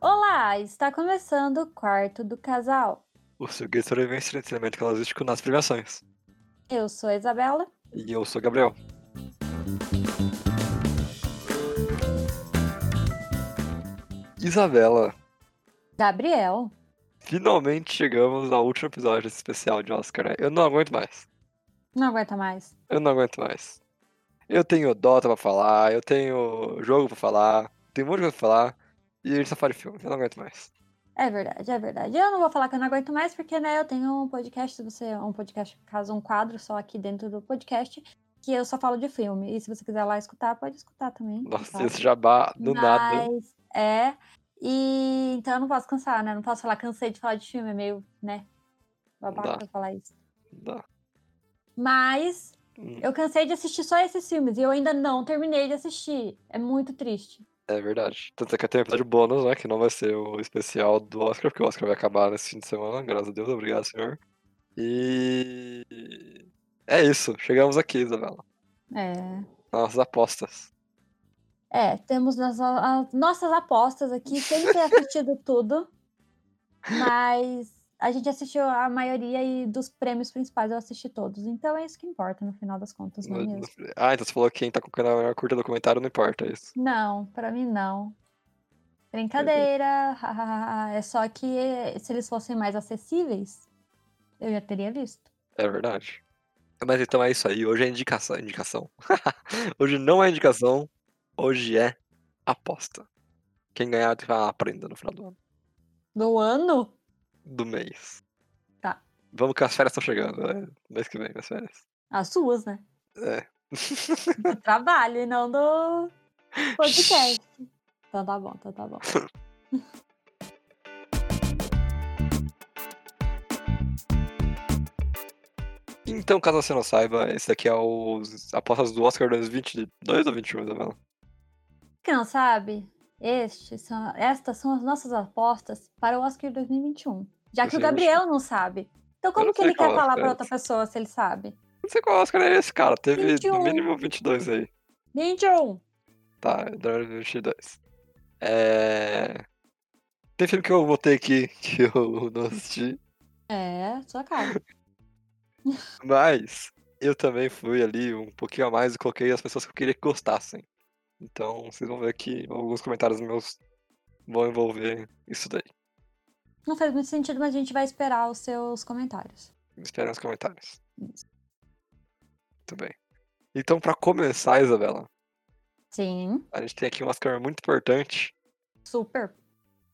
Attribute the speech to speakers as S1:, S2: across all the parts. S1: Olá, está começando o quarto do casal.
S2: O seu guia de sobrevivência de treinamento casuístico nas premiações.
S1: Eu sou a Isabela.
S2: E eu sou o Gabriel. Isabela,
S1: Gabriel.
S2: finalmente chegamos ao último episódio desse especial de Oscar. né? Eu não aguento mais.
S1: Não aguenta mais.
S2: Eu não aguento mais. Eu tenho Dota pra falar, eu tenho jogo pra falar, tem um monte de coisa pra falar. E a gente só fala de filme, eu não aguento mais.
S1: É verdade, é verdade. Eu não vou falar que eu não aguento mais, porque né, eu tenho um podcast, você, um podcast, no caso, um quadro só aqui dentro do podcast, que eu só falo de filme. E se você quiser lá escutar, pode escutar também.
S2: Nossa,
S1: tá?
S2: esse jabá do nada.
S1: Mas, É. E então eu não posso cansar, né? Não posso falar, cansei de falar de filme, é meio, né? Babaca falar isso.
S2: Dá.
S1: Mas
S2: Hum,
S1: eu cansei de assistir só esses filmes e eu ainda não terminei de assistir. É muito triste.
S2: É verdade. Tanto é que tem um episódio bônus, né? Que não vai ser o especial do Oscar, porque o Oscar vai acabar nesse fim de semana, graças a Deus, obrigado, senhor. E. É isso, chegamos aqui, Isabela.
S1: É.
S2: Nossas apostas.
S1: É, temos nas- as nossas apostas aqui, sem ter assistido tudo, mas a gente assistiu a maioria e dos prêmios principais eu assisti todos. Então é isso que importa no final das contas, não é
S2: No- no-
S1: mesmo?
S2: Ah, então você falou que quem tá com o canal maior curta documentário não importa, é isso.
S1: Não, pra mim não. Brincadeira, hahaha. é só que eh, se eles fossem mais acessíveis, eu já teria visto.
S2: É verdade. Mas então é isso aí. Hoje é indicação. indicação. hoje não é indicação, hoje é aposta. Quem ganhar tem uma prenda no final do ano.
S1: Do ano?
S2: Do mês.
S1: Tá.
S2: Vamos que as férias estão chegando, né? Mês que vem, as férias.
S1: As suas, né?
S2: É.
S1: Do trabalho e não do podcast. Então tá bom, então tá bom.
S2: Então, caso você não saiba, esse daqui é os apostas do Oscar 2022 ou 21, Isabela?
S1: Quem não sabe, estes são- estas são as nossas apostas para o Oscar 2021. Já que o
S2: 2021.
S1: Gabriel não sabe. Então
S2: não
S1: como que
S2: sei
S1: ele quer
S2: qual é o
S1: falar para
S2: certo.
S1: outra pessoa se ele sabe?
S2: Não sei qual Oscar é esse, cara. Teve no
S1: 21.
S2: mínimo 22 aí.
S1: 21!
S2: Tá, Dragon Ball 22. É... Tem filme que eu botei aqui que eu não assisti,
S1: É, sua cara.
S2: mas eu também fui ali um pouquinho a mais e coloquei as pessoas que eu queria que gostassem. Então vocês vão ver que alguns comentários meus vão envolver isso daí.
S1: Não faz muito sentido, mas a gente vai esperar os seus comentários.
S2: Esperem nos comentários. Muito bem. Então, pra começar, Isabela,
S1: Sim,
S2: a gente tem aqui um Oscar muito importante
S1: super.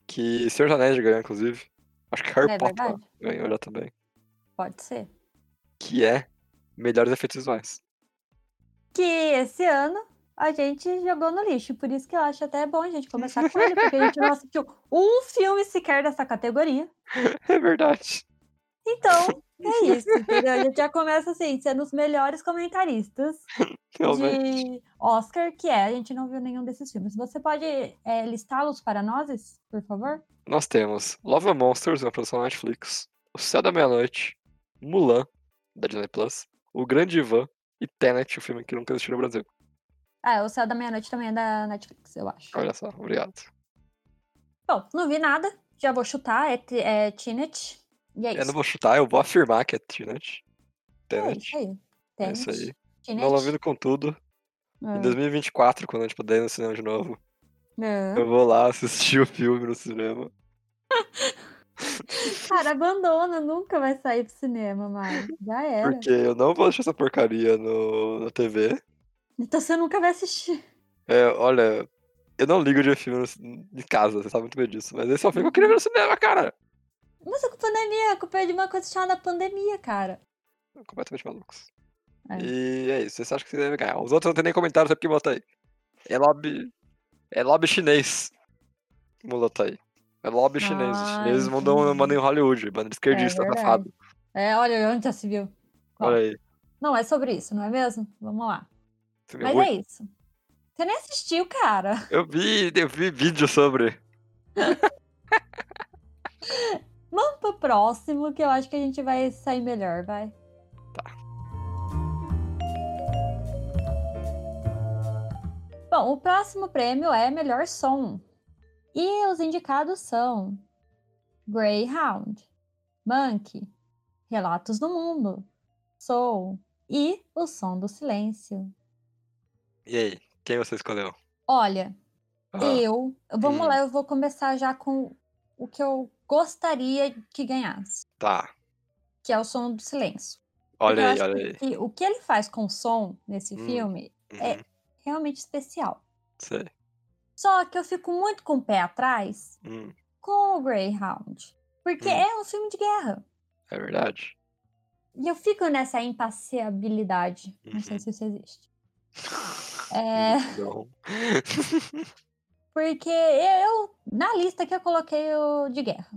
S2: que Senhor dos Anéis ganhou, inclusive. Acho que Harry
S1: é
S2: Potter
S1: verdade?
S2: ganhou já também.
S1: Pode ser.
S2: que é melhores efeitos visuais.
S1: Que esse ano a gente jogou no lixo. Por isso que eu acho até bom a gente começar com ele, porque a gente não assistiu um filme sequer dessa categoria.
S2: É verdade.
S1: Então, é isso, entendeu? A gente já começa assim, sendo os melhores comentaristas
S2: Realmente.
S1: de Oscar, que é, a gente não viu nenhum desses filmes. Você pode é, listá-los para nós, por favor?
S2: Nós temos Love and Monsters, uma produção da Netflix, O Céu da Meia-Noite, Mulan, da Disney Plus, O Grande Ivan e Tenet, o filme que nunca existiu no Brasil.
S1: Ah, O Céu da Meia-Noite também é da Netflix, eu acho.
S2: Olha só, obrigado.
S1: Bom, não vi nada, já vou chutar, é, T- é Tenet, e é
S2: Eu
S1: isso.
S2: não vou chutar, eu vou afirmar que é Tenet.
S1: É
S2: Tenet.
S1: isso aí.
S2: É isso aí.
S1: Tenet,
S2: Não
S1: Tenet.
S2: ouvindo com tudo. Em
S1: Ah,
S2: 2024, quando a gente puder ir no cinema de novo,
S1: ah.
S2: eu vou lá assistir o filme no cinema.
S1: Cara, abandona, nunca vai sair pro cinema mais. Já era.
S2: Porque eu não vou assistir essa porcaria no, na TV.
S1: Então você nunca vai assistir.
S2: É, olha, eu não ligo de ver filme no cin- de casa, você sabe muito bem disso. Mas esse é o filme que eu queria ver no cinema, cara.
S1: Mas é com pandemia, é culpa de uma coisa chamada pandemia, cara.
S2: Completamente malucos.
S1: É.
S2: E é isso, você acha que você deve ganhar. Os outros não tem nem comentário, sabe o que bota aí? É lobby. É lobby chinês. Mula tá aí. É lobby chinês. Os
S1: Ah,
S2: chineses mandam,
S1: entendi.
S2: mandam em Hollywood, banda de esquerdista,
S1: verdade.
S2: safado.
S1: É, olha, onde já se viu? Ó,
S2: Olha aí.
S1: Não, é sobre isso, não é mesmo? Vamos lá.
S2: filme
S1: Mas
S2: ruim.
S1: é isso. Você nem assistiu, cara.
S2: Eu vi, eu vi vídeo sobre.
S1: Vamos pro próximo, que eu acho que a gente vai sair melhor, vai.
S2: Tá.
S1: Bom, o próximo prêmio é Melhor Som. E os indicados são Greyhound, Monkey, Relatos do Mundo, Soul e O Som do Silêncio.
S2: E aí, quem você escolheu?
S1: Olha,
S2: Ah,
S1: eu. Vamos
S2: Hum.
S1: lá, eu vou começar já com o que eu gostaria que ganhasse,
S2: tá.
S1: que é o som do silêncio. Porque eu
S2: Olha aí,
S1: acho
S2: olha aí.
S1: que o que ele faz com o som nesse
S2: Hum.
S1: filme é-
S2: Uhum,
S1: é realmente especial.
S2: sei.
S1: Só que eu fico muito com o pé atrás
S2: Hum,
S1: com o Greyhound. Porque
S2: Hum.
S1: é um filme de guerra.
S2: é verdade.
S1: E eu fico nessa impassibilidade. Não sei
S2: Uhum.
S1: se isso existe. É,
S2: Não.
S1: porque eu, na lista que eu coloquei o de guerra.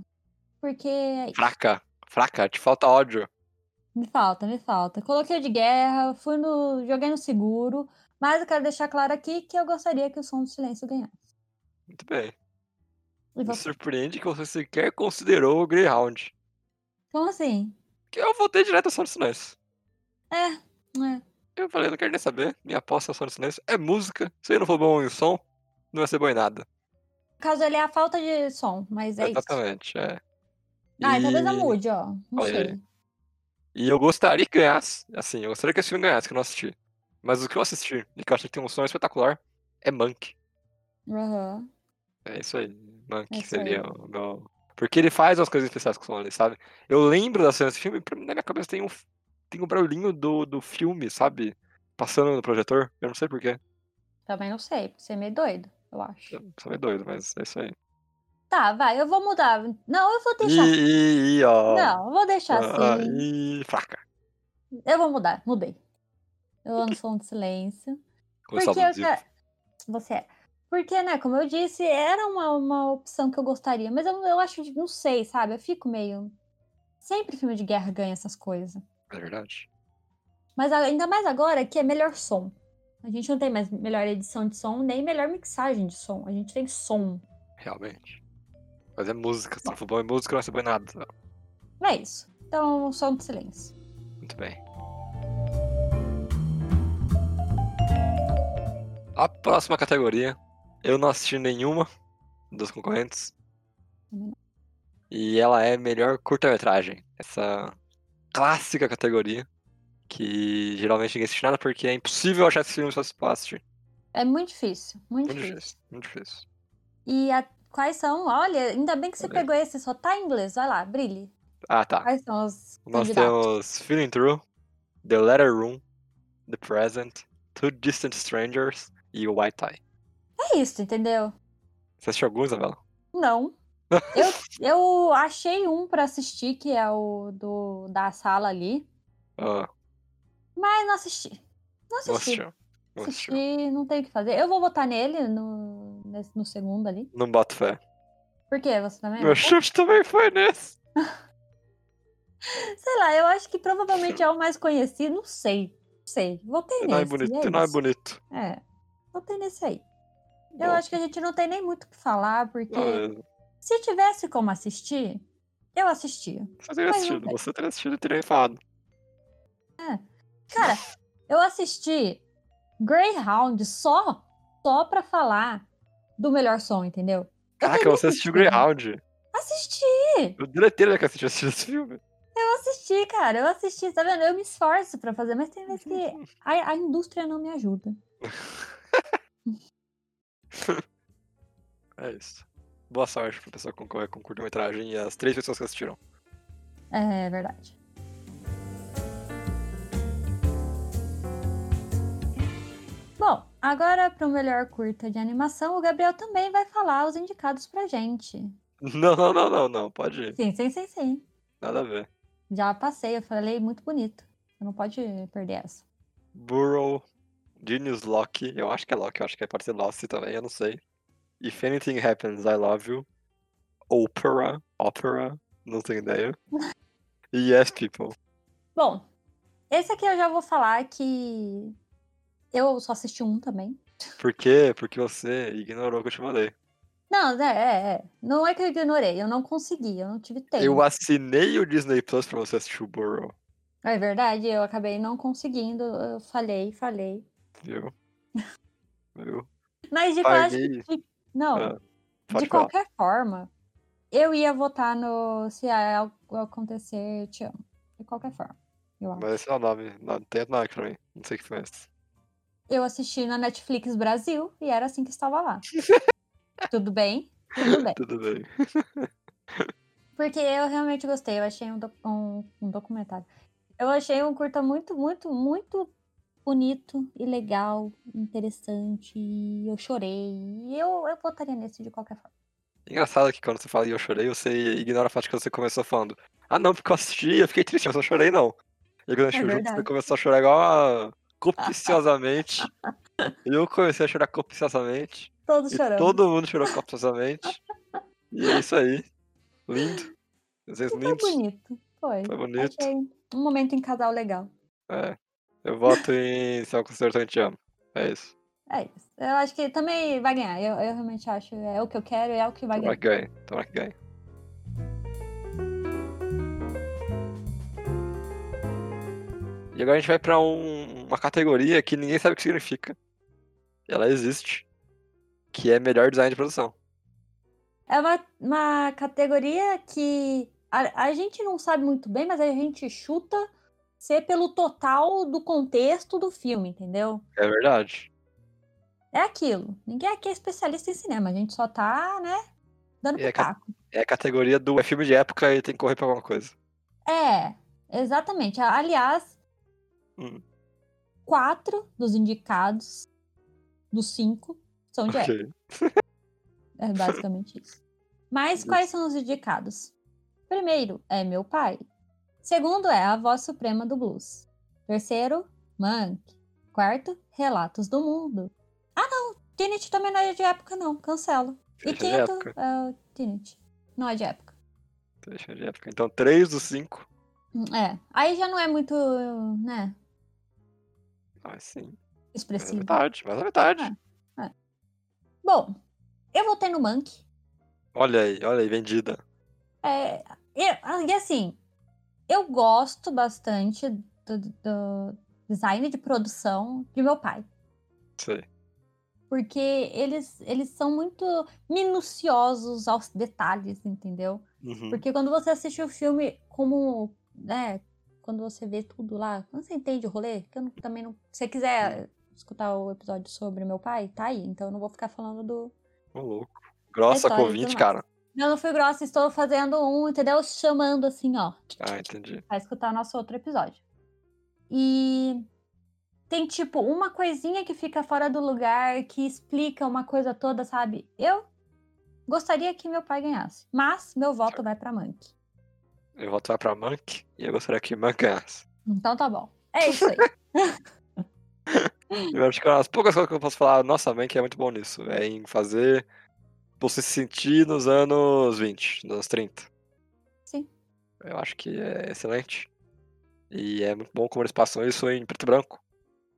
S1: Porque é
S2: Fraca, fraca, te falta ódio.
S1: me falta, me falta. Coloquei o de guerra, fui no. joguei no seguro. Mas eu quero deixar claro aqui que eu gostaria que o som do silêncio ganhasse.
S2: Muito bem.
S1: E
S2: Me
S1: você?
S2: surpreende que você sequer considerou o Greyhound.
S1: Como assim?
S2: Que eu voltei direto a Sonic Silêncio.
S1: É, é.
S2: Eu falei, não quero nem saber. Minha aposta é Sonic Silêncio. É música. Se eu não for bom em som, não vai ser bom em nada.
S1: No caso, ele é a falta de som, mas é isso.
S2: Exatamente, é.
S1: Ah, talvez eu
S2: E-
S1: mude, ó. Não
S2: Olha aí.
S1: sei.
S2: E eu gostaria que ganhasse, assim, eu gostaria que esse filme ganhasse, que eu não assisti. Mas o que eu assisti e que eu achei que tem um som espetacular é Monk.
S1: Aham.
S2: É isso aí. Monk
S1: É isso
S2: seria o meu. Porque ele faz umas coisas especiais com o som ali, sabe? Eu lembro da cena desse filme, pra mim, na minha cabeça tem um, f- tem um barulhinho do, do filme, sabe? Passando no projetor. Eu não sei porquê.
S1: Também não sei, porque você é meio doido, eu acho.
S2: Isso é doido, mas é isso aí.
S1: Tá, vai, eu vou mudar. Não, eu vou deixar.
S2: E, e, ó.
S1: assim. Não, eu vou deixar
S2: Ah,
S1: assim.
S2: e fraca.
S1: Eu vou mudar, mudei. Eu amo som de silêncio.
S2: Como
S1: Porque eu
S2: sabe,
S1: já... Você é. Porque, né, como eu disse, era uma, uma opção que eu gostaria. Mas eu, eu acho, de- não sei, sabe? Eu fico meio. Sempre filme de guerra ganha essas coisas.
S2: É verdade.
S1: Mas a- ainda mais agora que é melhor som. A gente não tem mais melhor edição de som, nem melhor mixagem de som. A gente tem som.
S2: Realmente. Mas é música. Se não for bom em música, não vai ser bom em nada.
S1: É isso. Então, som de silêncio.
S2: Muito bem. A próxima categoria, eu não assisti nenhuma dos concorrentes.
S1: Também
S2: E ela é melhor curta-metragem. Essa clássica categoria que geralmente ninguém assiste nada porque é impossível achar esse filme só se for assistir.
S1: É muito difícil, muito,
S2: Muito
S1: difícil.
S2: difícil, muito difícil.
S1: E a- quais são? Olha, ainda bem que você
S2: Olha aí.
S1: pegou esse, só tá em inglês. Vai lá, brilhe.
S2: Ah, tá.
S1: Quais são os
S2: Nós
S1: candidatos?
S2: temos Feeling Through, The Letter Room, The Present, Two Distant Strangers e o White Tie.
S1: É isso, entendeu?
S2: Você assistiu algum, Isabela?
S1: Não. Eu, eu achei um pra assistir, que é o do, da sala ali,
S2: Ah,
S1: mas não assisti. Não
S2: não
S1: assisti.
S2: assistiu. Não assistiu.
S1: assisti, não tem o que fazer. Eu vou votar nele no, nesse- no segundo ali.
S2: Não boto fé.
S1: Por quê? Você também?
S2: Meu chute também foi nesse.
S1: Sei lá, eu acho que provavelmente é o mais conhecido, não sei. Não sei. Votei
S2: Tenai é
S1: nesse.
S2: bonito,
S1: e é
S2: Tenai é
S1: isso.
S2: bonito.
S1: É, só tem nesse aí. Eu
S2: Bom,
S1: acho que a gente não tem nem muito o que falar, porque
S2: não, é. eu-
S1: se tivesse como assistir, eu assistia.
S2: Você teria
S1: Mas não
S2: assistido,
S1: tem.
S2: você teria assistido e teria falado.
S1: Cara, eu assisti Greyhound só, só pra falar do melhor som, entendeu? Eu
S2: Caraca,
S1: teria
S2: você assistiu
S1: assistido.
S2: Greyhound.
S1: Assisti,
S2: Eu deletei na que assisti assisti esse filme.
S1: eu assisti, cara, eu assisti, tá vendo? Eu me esforço pra fazer, mas tem vezes que a, a indústria não me ajuda.
S2: É isso. Boa sorte pra pessoa que concorrer com curta-metragem e as três pessoas que assistiram.
S1: É verdade. Bom, agora para o melhor curta de animação, o Gabriel também vai falar os indicados pra gente.
S2: Não, não, não, não, não. Pode ir.
S1: Sim, sim, sim, sim.
S2: Nada a ver.
S1: Já passei, eu falei muito bonito. Você não pode perder essa.
S2: Burrow, Genius Loki. Eu acho que é Loki, eu acho que pode ser Lost também, eu não sei. If Anything Happens, I Love You. Opera. Opera. Não tenho ideia. E Yes People.
S1: Bom, esse aqui eu já vou falar que eu só assisti um também.
S2: Por quê? Porque você ignorou o que eu te mandei.
S1: Não, é, é, é. Não é que eu ignorei, eu não consegui, eu não tive tempo.
S2: Eu assinei o Disney Plus pra você assistir o Burrow,
S1: É verdade, eu acabei não conseguindo, eu falhei, falhei.
S2: viu? Viu?
S1: Mas de
S2: Paguei.
S1: plástico. Não,
S2: Ah. Pode
S1: de
S2: falar.
S1: qualquer forma, eu ia votar no se algo acontecer, eu te amo. De qualquer forma. Eu, acho.
S2: Mas esse é o nome. Não, não tem outro nome pra mim. Não sei o que foi esse.
S1: eu assisti na Netflix Brasil e era assim que estava lá. tudo bem? Tudo bem.
S2: Tudo bem.
S1: Porque eu realmente gostei, eu achei um, doc- um, um documentário. Eu achei um curta muito, muito, muito bonito e legal, interessante. E eu chorei. E eu, eu votaria nesse de qualquer forma.
S2: Engraçado que quando você fala e eu chorei, você ignora a parte que você começou falando. Ah não, porque eu assisti, eu fiquei triste, mas eu não chorei não. E quando a
S1: É
S2: gente viu junto, você
S1: verdade.
S2: começou a chorar igual a... copiosamente. eu comecei a chorar copiosamente.
S1: Todos
S2: E
S1: chorando.
S2: todo mundo chorou copiosamente. e é isso aí. Lindo. Vocês
S1: Foi
S2: lindos.
S1: bonito. Foi.
S2: Foi bonito.
S1: Achei um momento em casal legal.
S2: É. Eu voto em Céu Consertor Te Amo. É isso.
S1: É isso. Eu acho que também vai ganhar. Eu, eu realmente acho. É o que eu quero, é o que vai
S2: Tomara
S1: ganhar.
S2: que ganhe. Tomara que ganhe. E agora a gente vai pra um- uma categoria que ninguém sabe o que significa. Ela existe. Que é melhor design de produção.
S1: É uma, uma categoria que a, a gente não sabe muito bem, mas a gente chuta ser pelo total do contexto do filme, entendeu?
S2: É verdade.
S1: É aquilo. Ninguém aqui é especialista em cinema, a gente só tá, né, dando
S2: E é ca-
S1: pitaco.
S2: É a categoria do é filme de época e tem que correr pra alguma coisa.
S1: É, exatamente. A- Aliás,
S2: Hum.
S1: quatro dos indicados, dos cinco, são de época.
S2: Ok.
S1: É basicamente isso. Mas
S2: Justo.
S1: quais são os indicados? Primeiro é Meu Pai. Segundo é A Voz Suprema do Blues. Terceiro, Monk. Quarto, Relatos do Mundo. Ah, não! Tenet também não é de época, não. Cancelo. E
S2: Filme de
S1: quinto
S2: época.
S1: é o Tenet. Não é de época.
S2: Deixa de época. Então, 3 dos 5.
S1: Hum, É. Aí já não é muito, né,
S2: Ah, sim. Mais a
S1: expressivo.
S2: metade. Mais a metade.
S1: É. Bom, eu voltei no Monk.
S2: Olha aí, olha aí, vendida.
S1: É, eu- ah, e assim, eu gosto bastante do, do design de produção de meu pai,
S2: Isso aí.
S1: porque eles, eles são muito minuciosos aos detalhes, entendeu?
S2: Uhum.
S1: Porque quando você assiste o filme como, né, quando você vê tudo lá, quando você entende o rolê, que eu não- também não, se você quiser escutar o episódio sobre meu pai, tá aí, então eu não vou ficar falando do
S2: Ô, louco. Grossa
S1: Retorno
S2: com
S1: e tudo
S2: 20,
S1: mais.
S2: cara.
S1: não, não fui grossa, estou fazendo um, entendeu? Chamando assim, ó.
S2: Ah, entendi.
S1: vai escutar o nosso outro episódio. E tem tipo uma coisinha que fica fora do lugar, que explica uma coisa toda, sabe? Eu gostaria que meu pai ganhasse, mas meu voto vai pra Mank.
S2: Eu vou atuar pra Monk e eu gostaria que Monk ganhasse.
S1: Então tá bom. É isso aí.
S2: Eu acho que é uma das poucas coisas que eu posso falar, nossa, Monk é muito bom nisso. É em fazer você se sentir nos anos 20, nos anos 30.
S1: Sim.
S2: Eu acho que é excelente. E é muito bom como eles passam isso em preto e branco.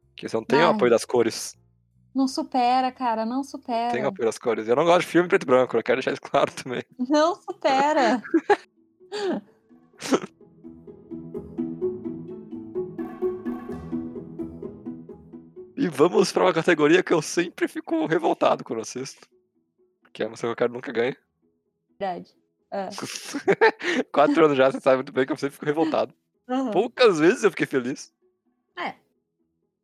S2: Porque você não tem o
S1: Ai.
S2: apoio das cores.
S1: Não supera, cara, não
S2: Não Tem o
S1: supera.
S2: apoio das cores. Eu não gosto de filme em preto e branco, eu quero deixar isso claro também.
S1: Não supera.
S2: E vamos pra uma categoria que eu sempre fico revoltado quando assisto. Que é uma coisa que eu quero nunca ganhar.
S1: Verdade. É.
S2: Quatro anos já, você sabe muito bem que eu sempre fico revoltado.
S1: Uhum.
S2: Poucas vezes eu fiquei feliz.
S1: É.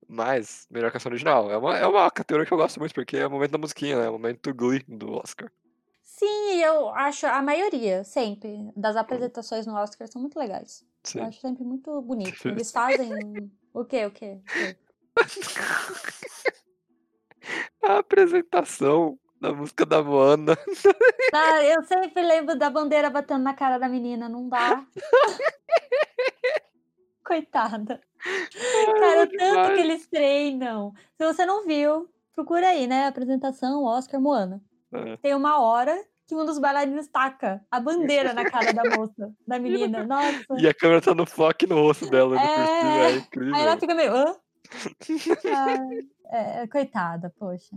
S2: Mas, melhor canção original. É uma, é uma categoria que eu gosto muito, porque é o momento da musiquinha, né? É o momento Glee do Oscar.
S1: Sim, eu acho a maioria, sempre, das apresentações no Oscar são muito legais. Eu
S2: Sim.
S1: acho sempre muito bonito. Eles fazem. O quê? O quê? O quê?
S2: A apresentação da música da Moana.
S1: Ah, eu sempre lembro da bandeira batendo na cara da menina, não dá. Coitada. Cara, tanto
S2: demais.
S1: que eles treinam. Se você não viu, procura aí, né? Apresentação Oscar Moana.
S2: É.
S1: Tem uma hora que um dos bailarinos taca a bandeira na cara da moça, da menina. Nossa.
S2: E a câmera tá no foco e no rosto dela. ainda por cima,
S1: É.
S2: É incrível.
S1: Aí ela fica meio. Hã? Ah, é, coitada, poxa.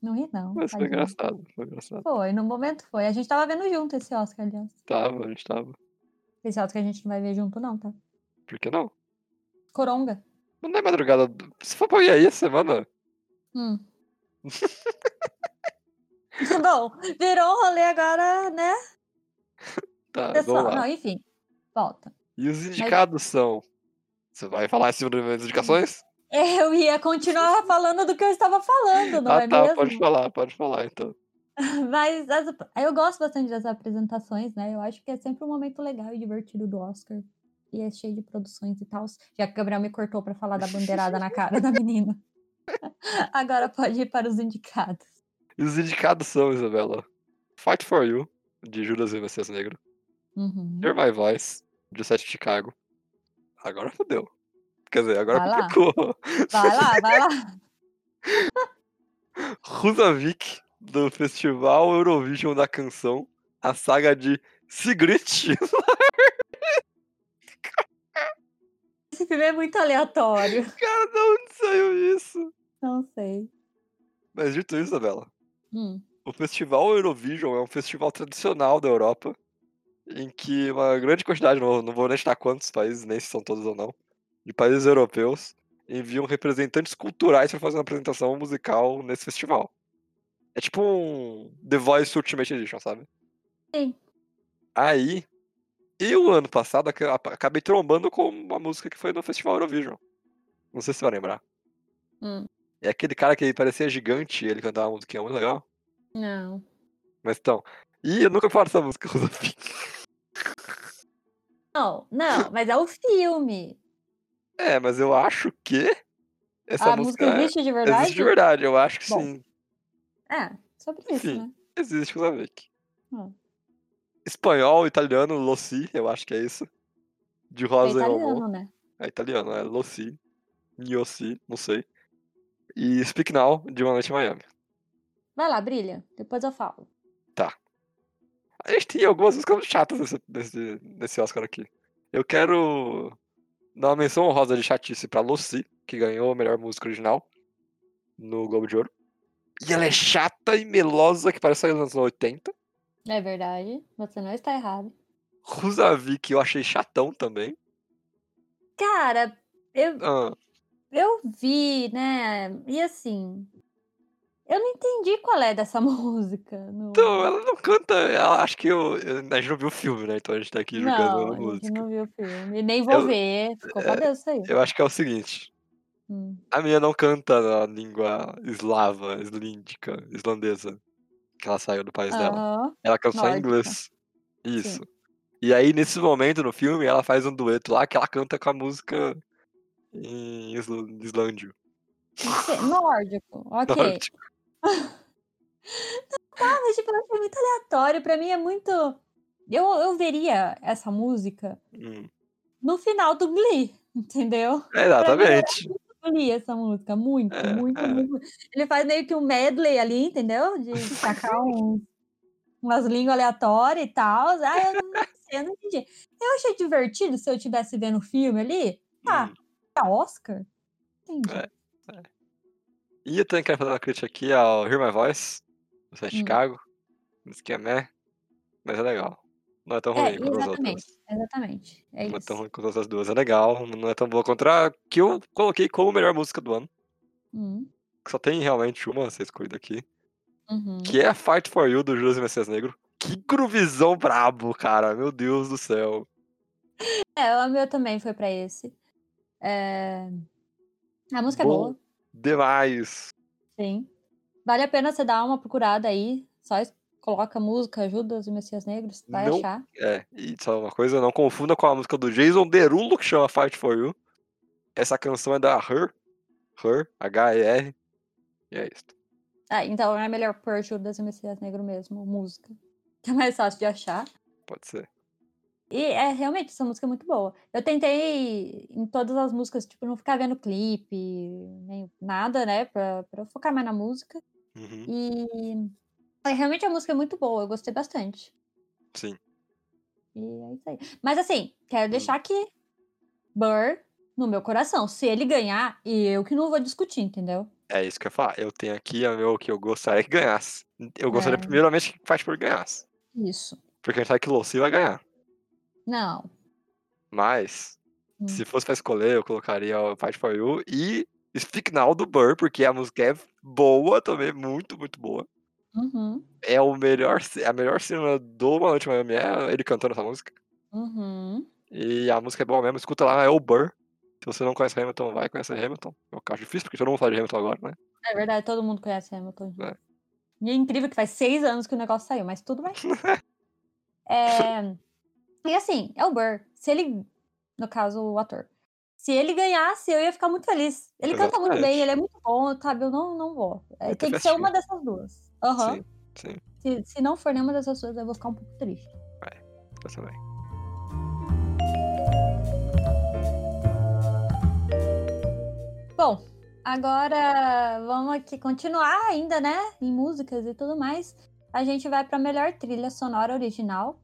S1: Não ri, não.
S2: Mas foi
S1: tadinha.
S2: engraçado, foi engraçado.
S1: Foi, no momento foi. A gente tava vendo junto esse Oscar, aliás.
S2: Tava, a gente tava.
S1: Esse Oscar a gente não vai ver junto, não, tá?
S2: Por que não?
S1: Coronga.
S2: Mas Não é madrugada. do- Se for pra ir aí essa semana,
S1: Hum. Bom, virou um rolê agora, né?
S2: Tá,
S1: Pessoal,
S2: vamos lá.
S1: não, enfim. Volta.
S2: E os indicados são. Você vai falar em cima das indicações?
S1: Eu ia continuar falando do que eu estava falando, não
S2: ah,
S1: é
S2: tá,
S1: mesmo?
S2: pode falar, pode falar então.
S1: Mas as- eu gosto bastante das apresentações, né? Eu acho que é sempre um momento legal e divertido do Oscar. E é cheio de produções e tal. Já que o Gabriel me cortou pra falar da bandeirada na cara da menina. Agora pode ir para os indicados.
S2: E os indicados são, Isabela: Fight for You, de Judas e o Messias Negro.
S1: Uhum.
S2: Hear My Voice, de Sete de Chicago. Agora fodeu. Quer dizer, agora
S1: Vai lá.
S2: complicou.
S1: Vai lá, vai lá.
S2: Rusavik, do Festival Eurovision da Canção, a saga de Sigrid.
S1: Esse filme é muito aleatório.
S2: Cara, de onde saiu isso?
S1: Não sei.
S2: Mas dito isso, Isabela,
S1: Hum.
S2: O festival Eurovision é um festival tradicional da Europa, em que uma grande quantidade, não, não vou nem citar quantos países, nem se são todos ou não, de países europeus enviam representantes culturais para fazer uma apresentação musical nesse festival. É tipo um The Voice Ultimate Edition, sabe?
S1: Sim.
S2: Aí, eu ano passado aca- apa- acabei trombando com uma música que foi no festival Eurovision. Não sei se você vai lembrar.
S1: Hum.
S2: É aquele cara que parecia gigante, ele cantava uma musiquinha muito legal.
S1: Não.
S2: Mas então. Ih, eu nunca falo essa música, Rosafi.
S1: Não, não, mas é o filme.
S2: É, mas eu acho que. Essa
S1: Ah, a música, existe de
S2: é-
S1: verdade?
S2: existe de verdade. Eu acho que
S1: Bom.
S2: sim.
S1: É, sobre isso,
S2: Enfim.
S1: né?
S2: Existe Rosavic.
S1: Hum.
S2: Espanhol, italiano, Lossi, eu acho que é isso. De
S1: É
S2: Rosa e Romão.
S1: italiano, né?
S2: É italiano, é Lossi. Niossi, não sei. E Speak Now, de Uma Noite em Miami.
S1: Vai lá, brilha. Depois eu falo.
S2: A gente tem algumas músicas chatas nesse, nesse, nesse Oscar aqui. Eu quero dar uma menção honrosa de chatice pra Lucy, que ganhou a melhor música original no Globo de Ouro. E ela é chata e melosa, que parece sair dos anos 80.
S1: É verdade. Você não está errado.
S2: Rusavi, que eu achei chatão também.
S1: Cara, eu,
S2: Ah,
S1: eu vi, né? E assim. Eu não entendi qual é dessa música. No...
S2: então, ela não canta. Ela, acho que eu, eu- a gente não viu o filme, né? Então a gente tá aqui julgando
S1: não,
S2: a
S1: a gente
S2: música.
S1: não viu o filme. Nem vou
S2: Eu-
S1: ver. Ficou pra
S2: é,
S1: Deus isso aí.
S2: Eu acho que é o seguinte:
S1: Hum.
S2: a menina não canta na língua eslava, eslíndica, islandesa. Que ela saiu do país
S1: Ah.
S2: dela.
S1: Aham.
S2: Ela cantou só em
S1: Nórdica.
S2: inglês. Isso. E aí, nesse momento no filme, ela faz um dueto lá que ela canta com a música em isl- islândio.
S1: Ok, Nórdico. Ok.
S2: Nórdico.
S1: Ah, mas tipo, eu achei muito aleatório. Pra mim é muito. Eu, eu veria essa música
S2: Hum.
S1: no final do Glee, entendeu?
S2: É, exatamente.
S1: Glee essa música. Muito,
S2: É,
S1: muito,
S2: é.
S1: muito. Ele faz meio que um medley ali, entendeu? De sacar um- umas línguas aleatórias e tal. Ah, eu não sei, eu não entendi. Eu achei divertido se eu estivesse vendo o filme ali. Ah,
S2: Hum.
S1: tá Oscar? Entendi.
S2: É. E eu também quero fazer uma crítica aqui ao Hear My Voice, do Sete
S1: Hum.
S2: Chicago. Diz que é meh, mas é legal. Não é tão
S1: É,
S2: ruim quanto as outras.
S1: exatamente. Exatamente. É
S2: Não é tão
S1: isso.
S2: ruim quanto as duas. É legal, não é tão boa contra a que eu coloquei como melhor música do ano.
S1: Hum,
S2: Que só tem realmente uma a ser escolhida aqui.
S1: uhum.
S2: que é a Fight for You do Judas e Messias Negro. Que groovizão brabo, cara. Meu Deus do céu.
S1: É, o meu também foi pra esse. É, A música é boa.
S2: Bom Demais.
S1: Sim. Vale a pena você dar uma procurada aí. Só es- coloca música, ajuda os Messias Negros, vai
S2: Não-
S1: achar.
S2: É, e só uma coisa, não confunda com a música do Jason Derulo que chama Fight for You. Essa canção é da Her. Her, H-E-R. E é isso.
S1: Ah, então é melhor pôr Judas e Messias Negro mesmo, música. Que é mais fácil de achar.
S2: Pode ser.
S1: E é realmente essa música é muito boa. Eu tentei em todas as músicas, tipo, não ficar vendo clipe, nem nada, né? Pra, pra eu focar mais na música.
S2: Uhum,
S1: E é, realmente a música é muito boa, eu gostei bastante.
S2: Sim.
S1: E é isso aí. Mas assim, quero deixar aqui Burr no meu coração. Se ele ganhar, eu que não vou discutir, entendeu?
S2: É isso que eu ia falar. Eu tenho aqui a meu que eu gostaria que ganhasse. Eu gostaria
S1: É.
S2: primeiramente que Fight for You ganhasse.
S1: Isso.
S2: Porque a gente sabe que Lucy vai ganhar.
S1: Não.
S2: Mas,
S1: Hum.
S2: se fosse pra escolher, eu colocaria o Fight For You e Speak Now do Burr, porque a música é boa também, muito, muito boa.
S1: Uhum.
S2: É o melhor, ce- a melhor cena do Uma Noite em Miami é ele cantando essa música.
S1: Uhum.
S2: E a música é boa mesmo, escuta lá, é o Burr. Se você não conhece Hamilton, vai conhecer Hamilton. Eu acho difícil, porque todo mundo fala de Hamilton agora, né?
S1: É verdade, todo mundo conhece Hamilton.
S2: É.
S1: E é incrível que faz seis anos que o negócio saiu, mas tudo bem. É, E assim, é o Burr. Se ele, no caso, o ator. Se ele ganhasse, eu ia ficar muito feliz. Ele canta muito bem,
S2: Exatamente.
S1: ele é muito bom, sabe? Eu não, não vou. É,
S2: Ele
S1: tem
S2: teve
S1: que ser uma dessas duas. Aham.
S2: Sim, sim.
S1: Se, se não for nenhuma dessas duas, eu vou ficar um pouco triste.
S2: Eu também.
S1: Bom, agora vamos aqui continuar ainda, né? Em músicas e tudo mais. A gente vai pra melhor trilha sonora original.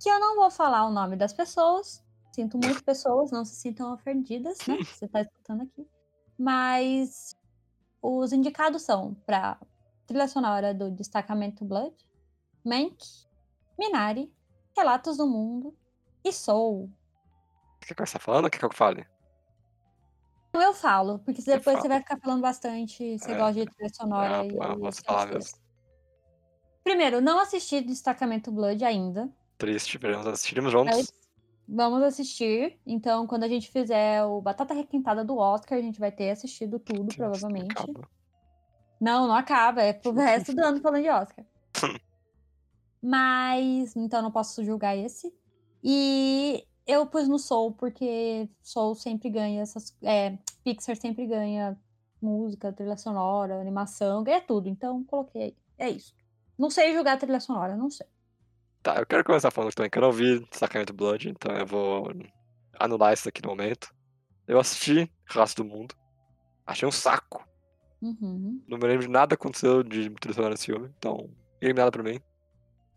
S1: Que eu não vou falar o nome das pessoas. Sinto muito pessoas, não se sintam ofendidas, né? que Você tá escutando aqui. Mas os indicados são pra trilha sonora do Destacamento Blood, Mank, Minari, Relatos do Mundo e Soul.
S2: Quer começar falando ou quer que eu fale?
S1: Então eu falo, porque depois você
S2: fala.
S1: vai ficar falando bastante, você
S2: É,
S1: gosta de trilha sonora
S2: ah,
S1: e,
S2: pô, eu
S1: e
S2: posso
S1: essas
S2: falar
S1: coisas.
S2: mesmo.
S1: Primeiro, não assisti Destacamento Blood ainda.
S2: Triste, veremos, assistiremos juntos.
S1: mas Vamos assistir. Então, quando a gente fizer o Batata Requintada do Oscar, a gente vai ter assistido tudo,
S2: Sim,
S1: provavelmente.
S2: acaba.
S1: Não, não acaba, é pro resto do ano falando de Oscar. Mas, então não posso julgar esse. E eu pus no Soul, porque Soul sempre ganha essas. É, Pixar sempre ganha música, trilha sonora, animação, ganha tudo. Então coloquei aí. É isso. Não sei julgar a trilha sonora, não sei.
S2: Tá, eu quero começar falando também, que eu não vi Sacramento Blood, então eu vou anular isso aqui no momento. Eu assisti Raça do Mundo, achei um saco.
S1: Uhum.
S2: Não me lembro de nada que aconteceu de trilha sonora nesse filme, então eliminado pra mim.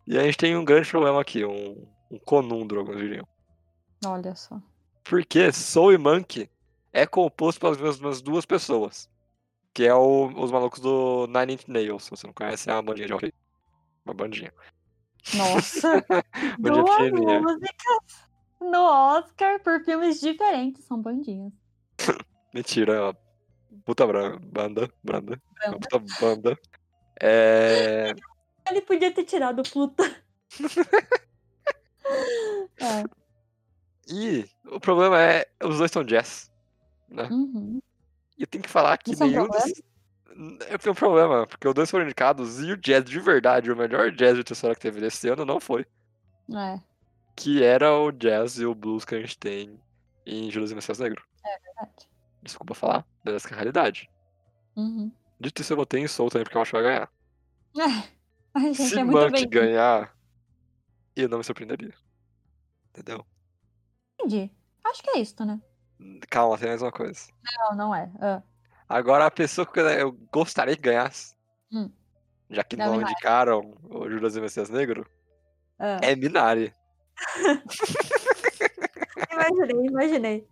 S2: E a gente tem um grande problema aqui, um, um conundro, alguns diriam.
S1: Olha só.
S2: Porque Soul e Monkey é composto pelas mesmas duas pessoas. Que é o- os malucos do Nine Inch Nails, se você não conhece, é uma bandinha de rock. Uma bandinha.
S1: Nossa.
S2: Bom dia,
S1: Duas
S2: filhinha.
S1: músicas no Oscar por filmes diferentes. São bandinhas.
S2: Mentira, é uma puta bran- banda, branda, é uma
S1: Branda.
S2: puta banda. É...
S1: Ele podia ter tirado puta. é.
S2: E o problema é, os dois são jazz.
S1: Uhum.
S2: E eu tenho que falar que
S1: Isso é um
S2: nenhum desses... Eu tenho um problema, porque os dois foram indicados e o jazz de verdade, o melhor jazz de terceira que teve desse ano, não foi.
S1: É,
S2: Que era o jazz e o blues que a gente tem em Judas e Messias Negro.
S1: verdade.
S2: Desculpa falar, mas essa que é a realidade.
S1: Uhum.
S2: Dito isso, eu botei em Soul também, porque eu acho que vai ganhar.
S1: É. Ai, gente,
S2: Se
S1: é muito
S2: Monkey
S1: bem.
S2: ganhar, eu não me surpreenderia. Entendeu?
S1: Entendi. Acho que é isso, né?
S2: Calma, tem mais uma coisa.
S1: Não, não é. Ah,
S2: Agora, a pessoa que eu gostaria que ganhasse,
S1: Hum.
S2: já que
S1: Dá
S2: não
S1: Minari.
S2: indicaram o Judas e o Messias Negro,
S1: ah.
S2: é Minari.
S1: É, Imaginei, imaginei.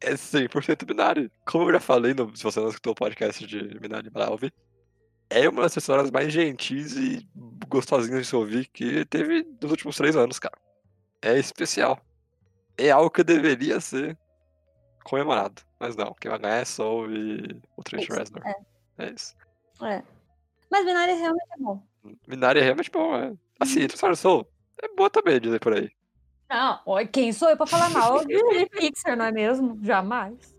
S2: É 100% Minari. Como eu já falei, no- se você não escutou o podcast de Minari para ouvir, é uma das personagens mais gentis e gostosinhas de se ouvir que teve nos últimos três anos, cara. É especial. É algo que deveria ser comemorado. Mas não, quem vai ganhar é Soul e o Trent
S1: Isso,
S2: Reznor. É isso.
S1: É. Mas Minari realmente é bom.
S2: Minari é realmente bom, é. Assim, Trent Soul é boa também, dizer por aí.
S1: Não, oi, Ah, quem sou eu pra falar mal de de Pixar, não é mesmo? Jamais.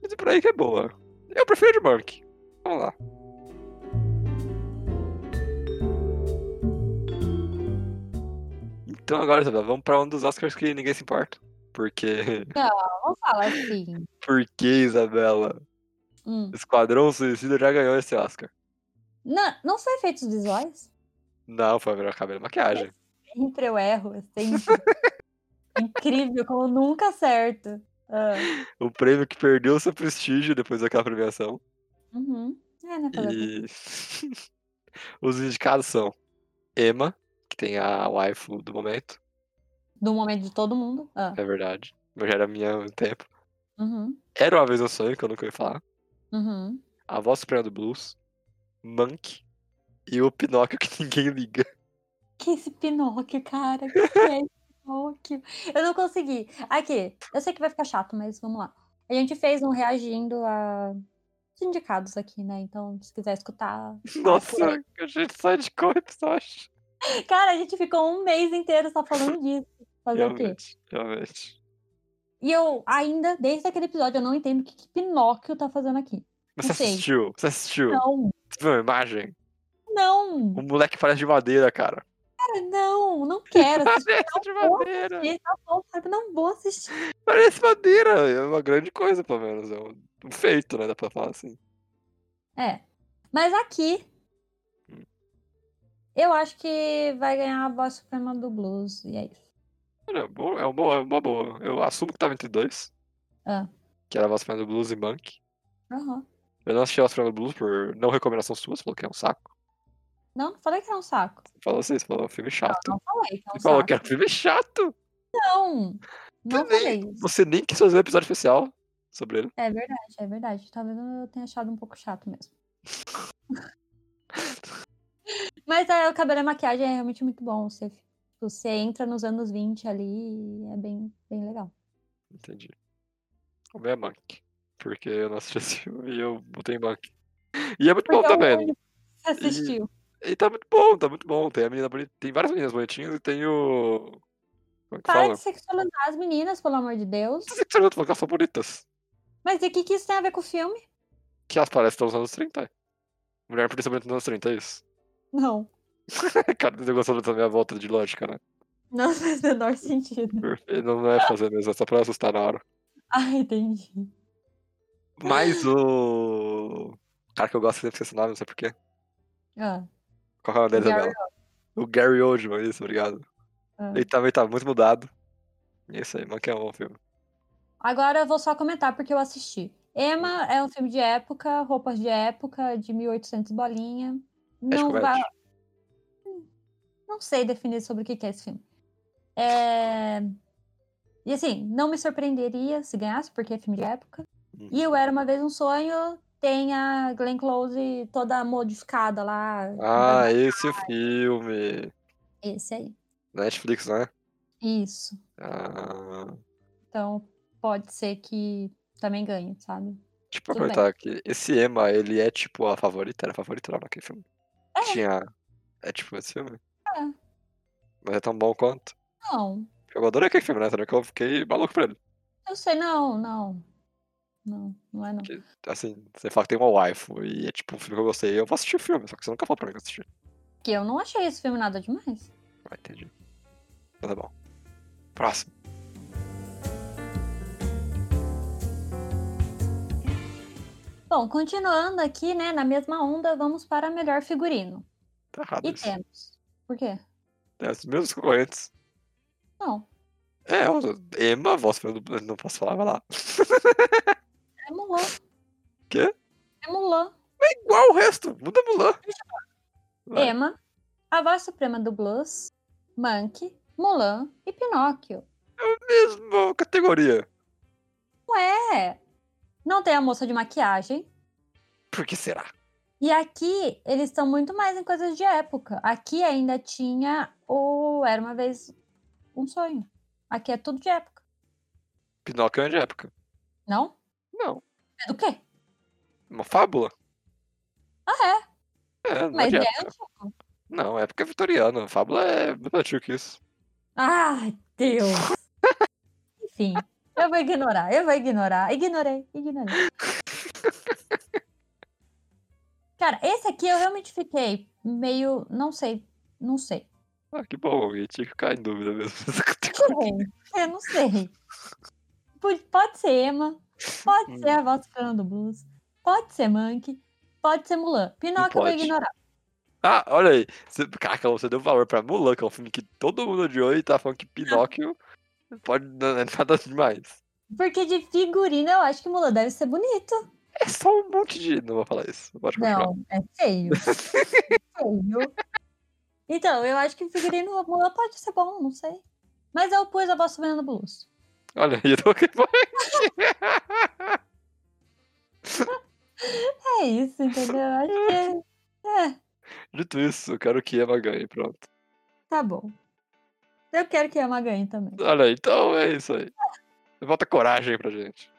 S2: Mas por aí que é boa. Eu prefiro de Monk. Vamos lá. Então agora, Isabela, vamos pra um dos Oscars que ninguém se importa. Porque.
S1: Vamos falar assim.
S2: Porque, Isabela?
S1: Hum.
S2: Esquadrão Suicida já ganhou esse Oscar.
S1: Não, não foi efeitos visuais?
S2: Não, foi a melhor cabelo e maquiagem.
S1: Sempre eu erro, é sempre. Incrível, como eu nunca acerto. Ah,
S2: O prêmio que perdeu seu prestígio depois daquela premiação.
S1: uhum. É, né? fazer o quê?
S2: E. Os indicados são Emma, que tem a waifu do momento,
S1: Do momento de todo mundo. Ah,
S2: é verdade. Eu já era minha há um tempo.
S1: uhum,
S2: Era uma vez um sonho, que eu nunca ouvi falar.
S1: uhum.
S2: A voz suprema do blues. Monk. E o Pinóquio que ninguém liga.
S1: Que esse Pinóquio, cara? Que que é esse Pinóquio? Eu não consegui. Aqui, eu sei que vai ficar chato, mas vamos lá. A gente fez um reagindo a indicados aqui, né? Então, se quiser escutar.
S2: Nossa, a gente sai de corpo, eu acho.
S1: Cara, a gente ficou um mês inteiro só falando disso. Fazer o quê?
S2: Realmente, realmente.
S1: E eu ainda, desde aquele episódio, eu não entendo o que, que Pinóquio tá fazendo aqui.
S2: Mas você
S1: sei.
S2: assistiu, você assistiu.
S1: Não,
S2: Você viu a imagem?
S1: não,
S2: O moleque parece de madeira, cara.
S1: cara, não, não quero. assistir,
S2: Parece de
S1: vou
S2: madeira.
S1: tá bom, sabe? Não vou assistir.
S2: Parece madeira. É uma grande coisa, pelo menos. É um um feito, né? Dá pra falar assim.
S1: É. Mas aqui. Eu acho que vai ganhar a voz suprema do blues. E é isso.
S2: Olha, é bom- é uma boa, é uma boa. Eu assumo que tava entre dois.
S1: Ah.
S2: Que era a Vasprema do Blues e Monk.
S1: Aham.
S2: Eu não assisti a Vasprema do Blues por não recomendação sua, você falou que é um saco.
S1: Não, não falei que era um saco.
S2: Falou assim, você falou é um filme chato.
S1: Não falei que era um
S2: Você falou
S1: saco.
S2: que era um filme chato.
S1: Não. Não
S2: Também.
S1: falei isso.
S2: Você nem quis fazer um episódio especial sobre ele.
S1: É verdade, é verdade. Talvez eu tenha achado um pouco chato mesmo. Mas é, o cabelo e a maquiagem é realmente muito bom. Você, você entra nos anos 20 ali e é bem, bem legal.
S2: Entendi. O meu é Monk. Porque eu não assisti esse filme e eu botei Monk. E é muito bom
S1: Porque é o
S2: também.
S1: único que você assistiu.
S2: E tá muito bom, tá muito bom. Tem a menina bonita. Tem várias meninas bonitinhas e tem o. Como é que
S1: Para
S2: fala?
S1: de sexualizar as meninas, pelo amor de Deus.
S2: Não sei se você falou que elas são bonitas.
S1: Mas e o que, que isso tem a ver com o filme?
S2: Que elas parecem que estão nos anos 30. é. Mulher podia ser bonita nos anos 30, é isso?
S1: Não.
S2: Cara, eu gostando da minha volta de lógica, né?
S1: Não faz o menor sentido.
S2: Porque Não é fazer mesmo, é só pra assustar na hora.
S1: Ah, entendi.
S2: Mas o. Cara que eu gosto é sempre esqueci o nome, não sei porquê.
S1: Ah,
S2: Qual é o nome da
S1: Gary
S2: Isabela? O Gary Oldman, isso, obrigado.
S1: ah.
S2: Ele também tá muito mudado. E É isso aí, mano, que é um bom filme.
S1: Agora eu vou só comentar porque eu assisti. Emma é um filme de época, roupas de época, de 1800 bolinha. Não
S2: comédia.
S1: vai. Hum, Não sei definir sobre o que que é esse filme. É, E assim, não me surpreenderia se ganhasse, porque é filme de época.
S2: Uhum.
S1: E eu Era Uma Vez um Sonho tem a Glenn Close toda modificada lá.
S2: Ah, esse filme.
S1: Esse aí.
S2: Netflix, né?
S1: Isso.
S2: Ah.
S1: Então pode ser que também ganhe, sabe?
S2: Tipo, pra
S1: Tudo bem.
S2: perguntar aqui, esse Emma, ele é tipo a favorita? Era a favorita lá naquele filme? Tinha. É tipo esse filme?
S1: É.
S2: Mas é tão bom quanto.
S1: Não,
S2: Eu adorei aquele filme, né? Tanto que eu fiquei maluco pra ele.
S1: Eu sei, não, não. Não, não é não.
S2: Assim, você fala que tem uma waifu e é tipo um filme que eu gostei, eu vou assistir o filme, só que você nunca falou pra mim que eu assisti.
S1: Porque eu não achei esse filme nada demais.
S2: Ah, entendi. Mas tá bom. Próximo.
S1: Bom, continuando aqui, né, na mesma onda, vamos para melhor figurino.
S2: Tá errado
S1: E
S2: isso.
S1: temos. Por quê?
S2: É, os mesmos concorrentes.
S1: Não.
S2: É, o- Emma, voz do. Não posso falar, vai lá.
S1: É Mulan.
S2: Quê?
S1: É Mulan.
S2: Igual o resto, muda Mulan. Vai.
S1: Emma, A Voz Suprema do Blues, Monkey, Mulan e Pinóquio.
S2: Mesma categoria.
S1: É. Não tem a moça de maquiagem.
S2: Por que será?
S1: E aqui eles estão muito mais em coisas de época. Aqui ainda tinha o Era uma vez um sonho. Aqui é tudo de época.
S2: Pinóquio é de época.
S1: Não?
S2: Não.
S1: É do quê?
S2: Uma fábula?
S1: Ah,
S2: É, não é
S1: é. Mas
S2: de
S1: é
S2: época.
S1: antigo.
S2: Não, época é vitoriana. Fábula é muito mais antigo que isso.
S1: Ai, Deus. Enfim, eu vou ignorar, eu vou ignorar. Ignorei, ignorei. Cara, esse aqui eu realmente fiquei meio. Não sei, não sei.
S2: Ah, que bom, alguém tinha que ficar em dúvida mesmo. nessa categoria.
S1: Tirei, Eu não sei. Pode, pode ser Emma, pode ser a Volta Fernando Blues, pode ser Monkey, pode ser Mulan. Pinóquio eu vou
S2: pode.
S1: ignorar.
S2: ah, olha aí. Você, caraca, você deu valor pra Mulan, que é um filme que todo mundo odiou e tá falando que Pinóquio pode não é nada demais.
S1: Porque de figurino eu acho que Mulan deve ser bonito.
S2: É só um monte de. Não vou falar isso. Pode continuar.
S1: Não, é feio. feio. Então, eu acho que o figurino Mulan pode ser bom, não sei. Mas eu pus a voz subindo no blues.
S2: Olha aí, então, eu tô aqui.
S1: É isso, entendeu? Eu Acho que. É,
S2: Dito isso, eu quero que Emma ganhe, pronto.
S1: tá bom. Eu quero que a Emma ganhe também.
S2: Olha aí, então é isso aí. Falta coragem pra gente.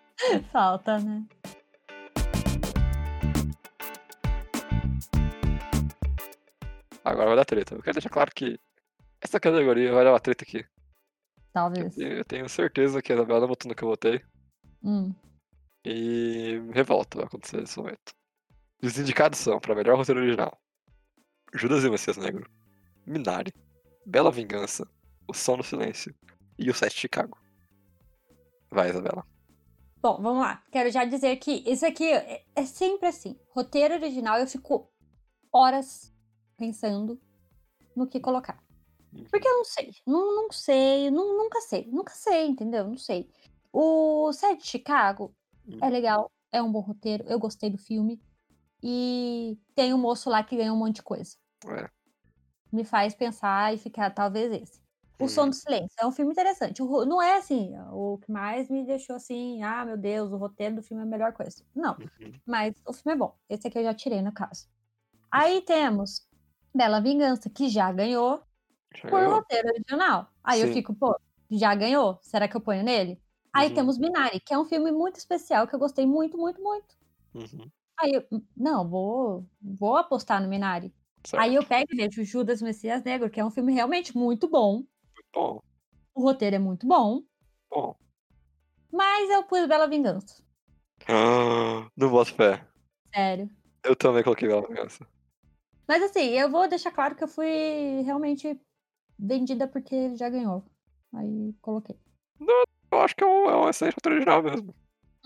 S1: Falta, né?
S2: Agora vai dar treta. Eu quero deixar claro que essa categoria vai dar uma treta aqui. Eu
S1: Talvez.
S2: tenho- eu tenho certeza que a Isabela não votou no que eu votei.
S1: Hum.
S2: E revolta vai acontecer nesse momento. E Os indicados são, para melhor roteiro original, Judas e o Messias Negro, Minari, Bela Vingança, O Som no Silêncio e O Sete de Chicago. Vai, Isabela.
S1: Bom, vamos lá. Quero já dizer que isso aqui é, é sempre assim. Roteiro original, eu fico horas pensando no que colocar.
S2: Uhum.
S1: Porque eu não sei. Não, não sei. nu- nunca sei. Nunca sei, entendeu? Não sei. O Sete de Chicago
S2: Hum.
S1: é legal. É um bom roteiro. Eu gostei do filme. E tem um moço lá que ganha um monte de coisa.
S2: É.
S1: Me faz pensar e ficar, talvez, esse.
S2: Hum.
S1: O Som do Silêncio é um filme interessante. O ro- não é assim, o que mais me deixou assim, ah, meu Deus, o roteiro do filme é a melhor coisa. Não,
S2: Uhum.
S1: mas o filme é bom. Esse aqui eu já tirei no caso. Aí temos Bela Vingança, que já ganhou
S2: Já
S1: por
S2: ganhou?
S1: roteiro original. Aí eu
S2: É. Sim.
S1: fico, pô, já ganhou? Será que eu ponho nele? Aí
S2: Uhum.
S1: temos Minari, que é um filme muito especial que eu gostei muito, muito, muito.
S2: Uhum.
S1: Aí eu, "Hum, não, vou, vou apostar no Minari.
S2: Certo.
S1: Aí eu pego e vejo Judas e o Messias Negro, que é um filme realmente muito bom.
S2: Bom,
S1: O roteiro é muito bom.
S2: bom.
S1: Mas eu pus Bela Vingança.
S2: Ah, não boto fé.
S1: Sério.
S2: Eu também coloquei Bela Vingança.
S1: Mas assim, eu vou deixar claro que eu fui realmente vendida porque ele já ganhou. Aí coloquei.
S2: Eu acho que é um, é um excelente roteiro original mesmo.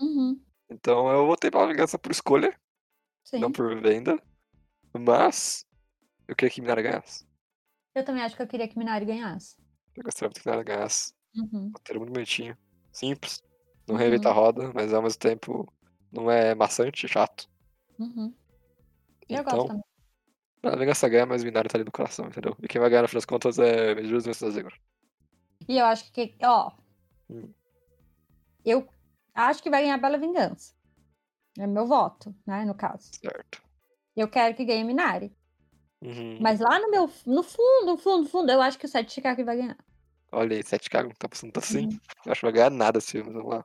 S1: Uhum,
S2: Então eu votei Bela Vingança por escolha,
S1: sim.
S2: não por venda. Mas eu queria que Minari ganhasse.
S1: Eu também acho que eu queria que Minari ganhasse.
S2: Eu gostaria muito que Minari ganhasse.
S1: Uhum,
S2: roteiro muito bonitinho, simples, não
S1: Uhum.
S2: reinventa a roda, mas ao mesmo tempo não é maçante, chato.
S1: uhum. Eu gosto
S2: Então,
S1: também.
S2: a vingança ganha, mas o binário tá ali no coração, entendeu? E quem vai ganhar no fim das contas é Medeiros e Messias Negro.
S1: E eu acho que, ó.
S2: Hum.
S1: Eu acho que vai ganhar Bela Vingança. É meu voto, né? No caso.
S2: Certo.
S1: Eu quero que ganhe Minari.
S2: Uhum.
S1: Mas lá no meu. No fundo, no fundo, no fundo, eu acho que o 7 de Chicago vai ganhar.
S2: Olha aí, 7 Chicago, tá passando tanto
S1: Uhum.
S2: assim. Eu acho que vai ganhar nada esse filme, vamos lá.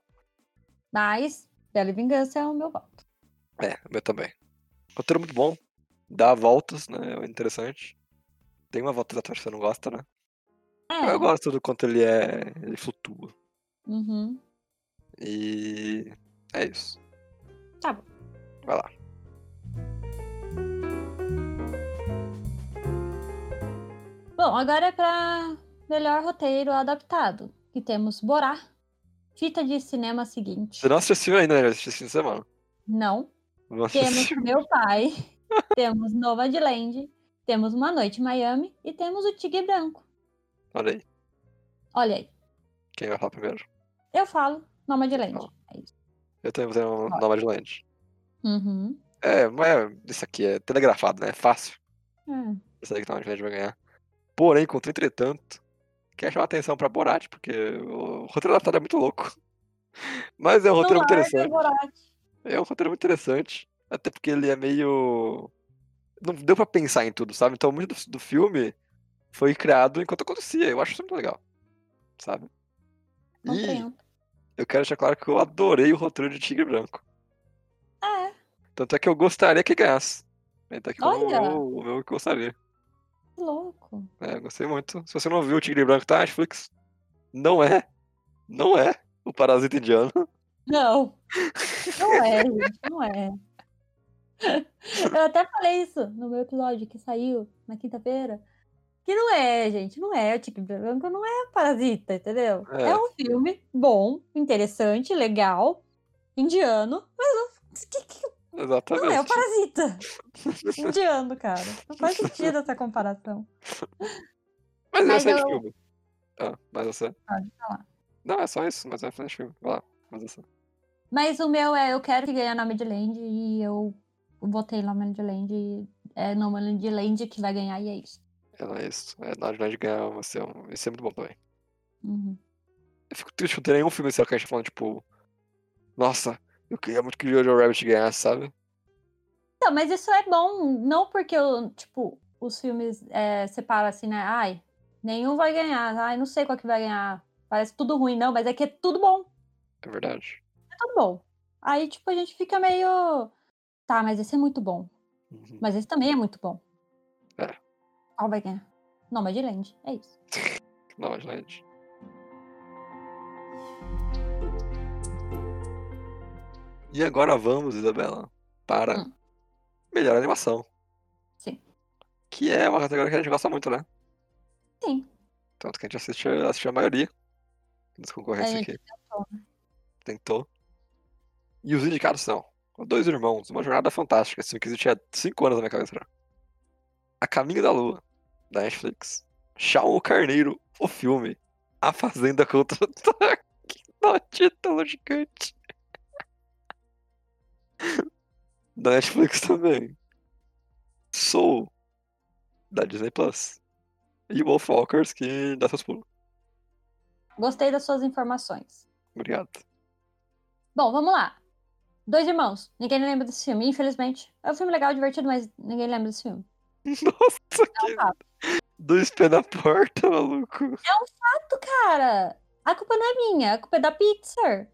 S1: Mas Bela Vingança é o meu voto.
S2: É, o meu também. Roteiro muito bom, dá voltas, né? É interessante. Tem uma volta da que você não gosta, né?
S1: É.
S2: Eu gosto do quanto ele é. ele flutua.
S1: Uhum.
S2: E é isso.
S1: Tá bom.
S2: Vai lá.
S1: Bom, agora é para melhor roteiro adaptado, que temos Borá, Fita de Cinema Seguinte.
S2: Você não assistiu esse filme ainda, né? Eu assisti esse fim de semana.
S1: Não.
S2: Não assisti esse
S1: Temos
S2: filme.
S1: Meu Pai, temos Nomadland, temos Uma Noite em Miami e temos O Tigre Branco.
S2: Olha aí,
S1: Olha aí,
S2: quem vai falar primeiro?
S1: eu falo Nomadland.
S2: Fala.
S1: É isso.
S2: Eu também vou no
S1: Vai.
S2: Nomadland.
S1: Uhum.
S2: É, mas isso aqui é telegrafado, né? É fácil.
S1: É.
S2: Eu sei que o Nomadland vai ganhar. Porém, contra entretanto, quer chamar atenção pra Borat, porque o roteiro adaptado é muito louco. Mas é um
S1: Não
S2: roteiro muito
S1: larga,
S2: interessante.
S1: Borá.
S2: É um roteiro muito interessante. Até porque ele é meio. Não deu pra pensar em tudo, sabe? Então muito do, do filme foi criado enquanto acontecia. Eu acho isso muito legal. Sabe? E
S1: Compreendo.
S2: eu quero deixar claro que eu adorei o roteiro de Tigre Branco.
S1: É,
S2: Tanto é que eu gostaria que ganhasse. Né, Tá aqui como o
S1: Olha!
S2: meu, o meu que eu gostaria.
S1: que louco.
S2: É, eu gostei muito. Se você não viu o Tigre Branco, tá? Netflix. Não é. Não é o Parasita Indiano.
S1: Não. é Não é, gente, não é. Eu até falei isso no meu episódio que saiu na quinta-feira. Que não é, gente, não é. O Tigre Branco não é parasita, entendeu? É,
S2: É.
S1: um filme bom, interessante, legal, indiano, mas não, que- que-
S2: Exatamente.
S1: não é o parasita. Indiano, cara. Não faz sentido essa comparação.
S2: Mas, é
S1: Mas
S2: excelente
S1: eu-
S2: filme. Ah, mas você.
S1: Pode falar.
S2: Não, é só isso. Mas é excelente filme. Vai lá. Mas é você.
S1: Mas o meu é Eu Quero Que Ganhe a Nome de Land e eu botei Nome de Land e é Nome de Land que vai ganhar e é isso.
S2: É, não é isso. É, na verdade, ganhar vai ser um... Isso é muito bom também.
S1: Uhum.
S2: Eu fico triste por ter nenhum filme esse ano que a gente tá falando, tipo... Nossa, eu queria muito que o Jojo Rabbit ganhasse, sabe?
S1: Então, mas isso é bom, não porque eu, tipo, os filmes é, separam assim, né? Ai, nenhum vai ganhar, ai, não sei qual que vai ganhar. Parece tudo ruim, não, mas é que é tudo bom,
S2: É verdade.
S1: é tudo bom. Aí, tipo, a gente fica meio. Tá, mas esse é muito bom.
S2: Uhum.
S1: Mas esse também é muito bom.
S2: É.
S1: Qual vai ganhar? Nomadland, é isso.
S2: Não, é gente. E agora vamos, Isabela, para
S1: Hum.
S2: melhor animação.
S1: Sim.
S2: Que é uma categoria que a gente gosta muito, né?
S1: Sim.
S2: Tanto que a gente assiste, assiste a maioria dos concorrentes
S1: A gente né?
S2: aqui. Tentou. E os indicados são Dois Irmãos, Uma Jornada Fantástica, esse filme que existia há 5 anos na minha cabeça já. A Caminho da Lua, da Netflix. Shaun o Carneiro, o filme. A Fazenda contra o Ataque. No título gigante. Da Netflix também. Soul, da Disney Plus. E Wolfwalkers, que dá seus pulos.
S1: Gostei das suas informações.
S2: Obrigado.
S1: Bom, vamos lá. Dois Irmãos. Ninguém lembra desse filme, infelizmente. É um filme legal, divertido, mas ninguém lembra desse filme.
S2: Nossa,
S1: É um
S2: que
S1: fato,
S2: dois pés na porta, maluco.
S1: cara. A culpa não é minha, a culpa é da Pixar.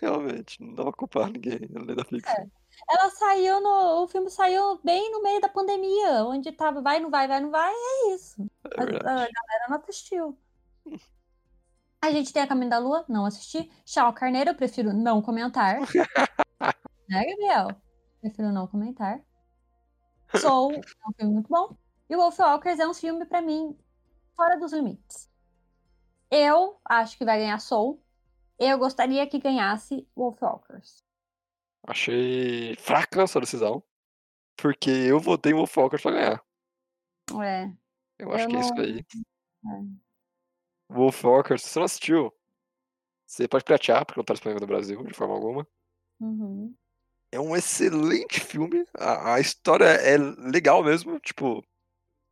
S2: Realmente, não dá pra culpar ninguém além da Pixar.
S1: Ela saiu no. O filme saiu bem no meio da pandemia, onde tava vai, não vai, vai, não vai, é isso.
S2: É
S1: A, a
S2: verdade.
S1: galera não assistiu. A gente tem A Caminho da Lua, não assisti. Tchau, Carneiro, eu prefiro não comentar. né, Gabriel? Prefiro não comentar. Soul é um filme muito bom. E Wolfwalkers é um filme, pra mim, fora dos limites. Eu acho que vai ganhar Soul. Eu gostaria que ganhasse Wolfwalkers.
S2: Achei fraca essa decisão. Porque eu votei em Wolfwalkers pra ganhar.
S1: É.
S2: Eu acho
S1: Eu
S2: que é isso
S1: não-
S2: aí. Wolfwalkers, se você não assistiu, você pode piratear, porque não tá disponível no Brasil de forma alguma.
S1: Uhum.
S2: É um excelente filme. A, a história é legal mesmo. Tipo,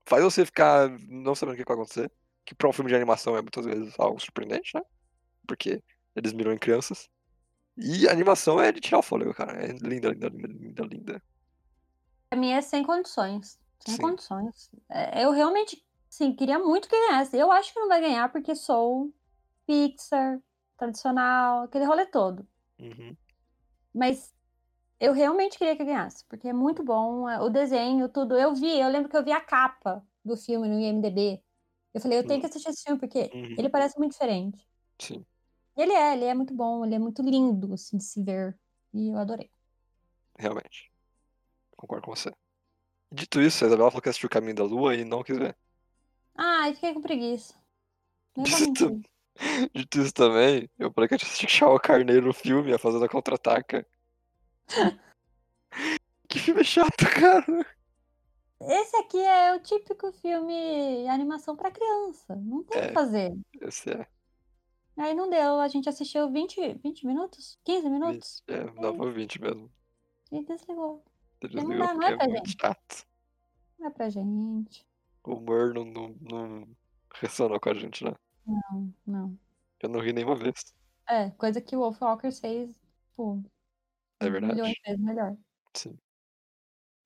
S2: faz você ficar não sabendo o que vai acontecer. Que pra um filme de animação é muitas vezes algo surpreendente, né? Porque eles miram em crianças. E a animação é de tirar o fôlego, cara. É linda, linda, linda, linda, linda.
S1: Pra mim é sem condições. Sem
S2: Sim.
S1: condições. É, Eu realmente, sim, queria muito que ganhasse. Eu acho que não vai ganhar porque sou Pixar, tradicional, aquele rolê todo.
S2: Uhum,
S1: Mas eu realmente queria que ganhasse, porque é muito bom. é, O desenho, tudo. Eu vi, eu lembro que eu vi a capa do filme no IMDB. Eu falei, eu tenho que assistir esse filme porque
S2: Hum. Uhum.
S1: ele parece muito diferente.
S2: Sim.
S1: E Ele é, ele é muito bom, ele é muito lindo, assim, de se ver. E eu adorei.
S2: Realmente. Concordo com você. Dito isso, a Isabela falou que assistiu o Caminho da Lua e não quis ver.
S1: Ai, fiquei com preguiça. Nem vou mentir.
S2: Dito isso também, eu falei que eu tinha assistido Shaw Carneiro no filme, a Fazenda Contra-Ataca. que filme chato, cara.
S1: Esse aqui é o típico filme animação pra criança. Não tem o
S2: É.
S1: que fazer.
S2: Esse é,
S1: Aí não deu, a gente assistiu 20, 20 minutos, 15 minutos
S2: é 9 20 mesmo.
S1: e desligou.
S2: Ele
S1: Não
S2: desligou
S1: dá, não
S2: porque
S1: é
S2: é
S1: pra
S2: muito chato.
S1: Não é pra gente.
S2: O humor não, não, não ressonou com a gente, né?
S1: Não, não.
S2: Eu não ri nenhuma vez.
S1: É, coisa que o Wolfwalker fez, tipo,
S2: É verdade.
S1: milhões de vezes melhor.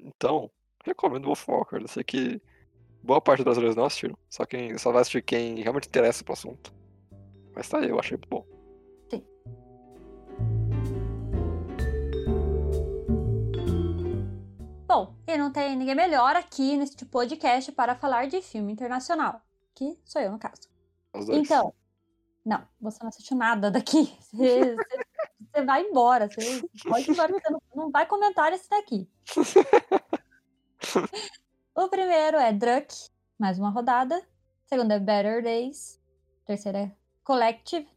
S2: Então, recomendo Wolfwalker. Eu sei que boa parte das brasileiros não assistiram. Só, quem, só vai assistir quem realmente interessa pro assunto. Mas tá aí, eu achei bom.
S1: Sim. Bom, e não tem ninguém melhor aqui neste podcast para falar de filme internacional. Que sou eu, no caso.
S2: Os dois.
S1: Então, não, você não assistiu nada daqui. Você, você- você vai embora. Você pode ir embora, que você não, não vai comentar esse daqui. o primeiro é Druk, mais uma rodada. O segundo é Better Days. O terceiro é Collective.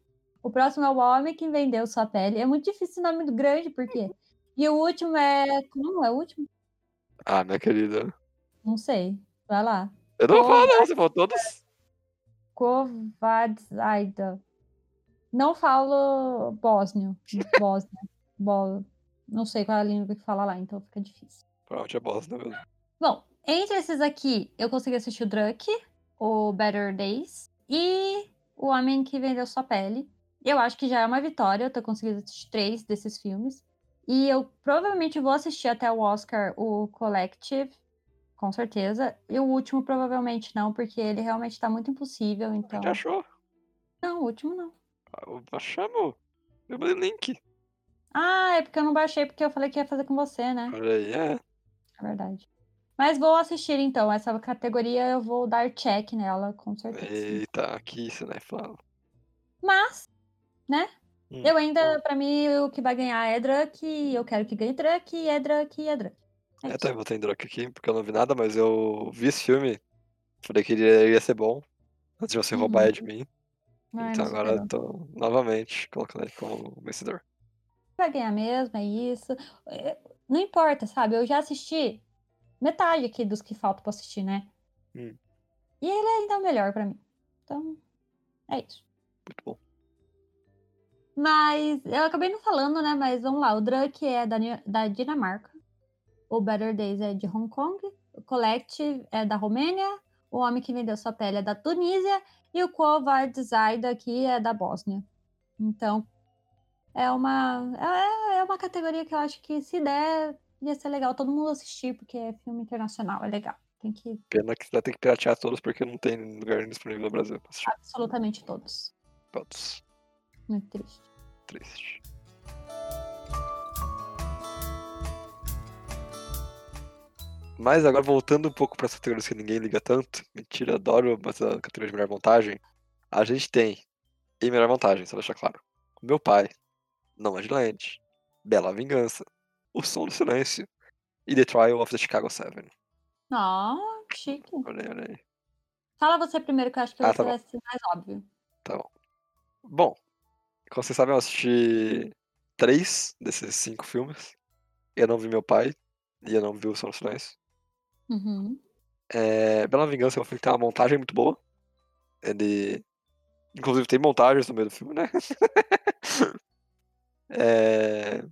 S1: O próximo é O Homem que Vendeu Sua Pele. É muito difícil o nome do grande, por quê? E o último é. Como é o último?
S2: Ah, minha querida.
S1: Não sei. Vai lá.
S2: Eu não vou
S1: Bom,
S2: falar, não. Você falou todos?
S1: Kovadzaida. Não falo bósnio. Bósnia. Bo... Não sei qual é a língua que fala lá, então fica difícil.
S2: Provavelmente é bosta, né? mesmo?
S1: Bom, entre esses aqui, eu consegui assistir o Drunk, o Better Days e O Homem que Vendeu Sua Pele. Eu acho que já é uma vitória eu ter conseguido assistir três desses filmes. E eu provavelmente vou assistir até o Oscar o Collective, com certeza. E o último provavelmente não, porque ele realmente tá muito impossível,
S2: A
S1: então...
S2: gente achou.
S1: Não, o último não.
S2: Ah, Achamos. Eu mandei link.
S1: Ah, é porque eu não baixei porque eu falei que ia fazer com você, né?
S2: Olha aí, é.
S1: É verdade. Mas vou assistir então. Essa categoria eu vou dar check nela, com certeza.
S2: Eita, que isso, né, Flávio?
S1: Mas, né?
S2: Hum,
S1: Eu ainda, pra mim, o que vai ganhar é Drunk. Eu quero que ganhe Drunk, é Drunk, é Drunk. É
S2: Eu
S1: isso.
S2: também botei em Drunk aqui, porque eu não vi nada, mas eu vi esse filme. Falei que ele ia- ia ser bom. Antes de você roubar ele de mim.
S1: Uhum. Ai,
S2: então
S1: não
S2: agora
S1: superou.
S2: eu tô novamente colocando ele como vencedor.
S1: Vai ganhar mesmo, é isso. É, Não importa, sabe? Eu já assisti metade aqui dos que faltam pra assistir, né?
S2: Hum.
S1: E ele ainda é o melhor pra mim. Então, é isso.
S2: Muito bom.
S1: Mas eu acabei não falando, né? Mas vamos lá. O Drunk é da, Ni- da Dinamarca. O Better Days é de Hong Kong. O Collective é da Romênia. O Homem que Vendeu Sua Pele é da Tunísia. E o Quo Vadis Zaida aqui é da Bósnia. Então, é uma, é, é uma categoria que eu acho que se der, ia ser legal todo mundo assistir, porque é filme internacional, é legal. Tem que ir
S2: Pena que você vai ter que piratear todos porque não tem lugar disponível no Brasil pra assistir
S1: absolutamente todos.
S2: todos.
S1: Muito triste.
S2: Triste. Mas agora voltando um pouco para as categorias que ninguém liga tanto, mentira, adoro essa categoria de melhor montagem. A gente tem, e melhor montagem, só deixar claro: O Meu Pai, Não é de Land, Bela Vingança, O Som do Silêncio e The Trial of the Chicago Seven.
S1: Ó, chique.
S2: Olha, aí, olha aí.
S1: Fala você primeiro, que eu acho que
S2: Ah,
S1: você
S2: tá bom.
S1: vai ser mais óbvio.
S2: Bom, como vocês sabem, eu assisti três desses cinco filmes. Eu não vi Meu Pai e eu não vi O Som do Silêncio.
S1: Uhum.
S2: É, Bela Vingança é um filme que tem uma montagem muito boa. Ele. Inclusive tem montagens no meio do filme, né? É,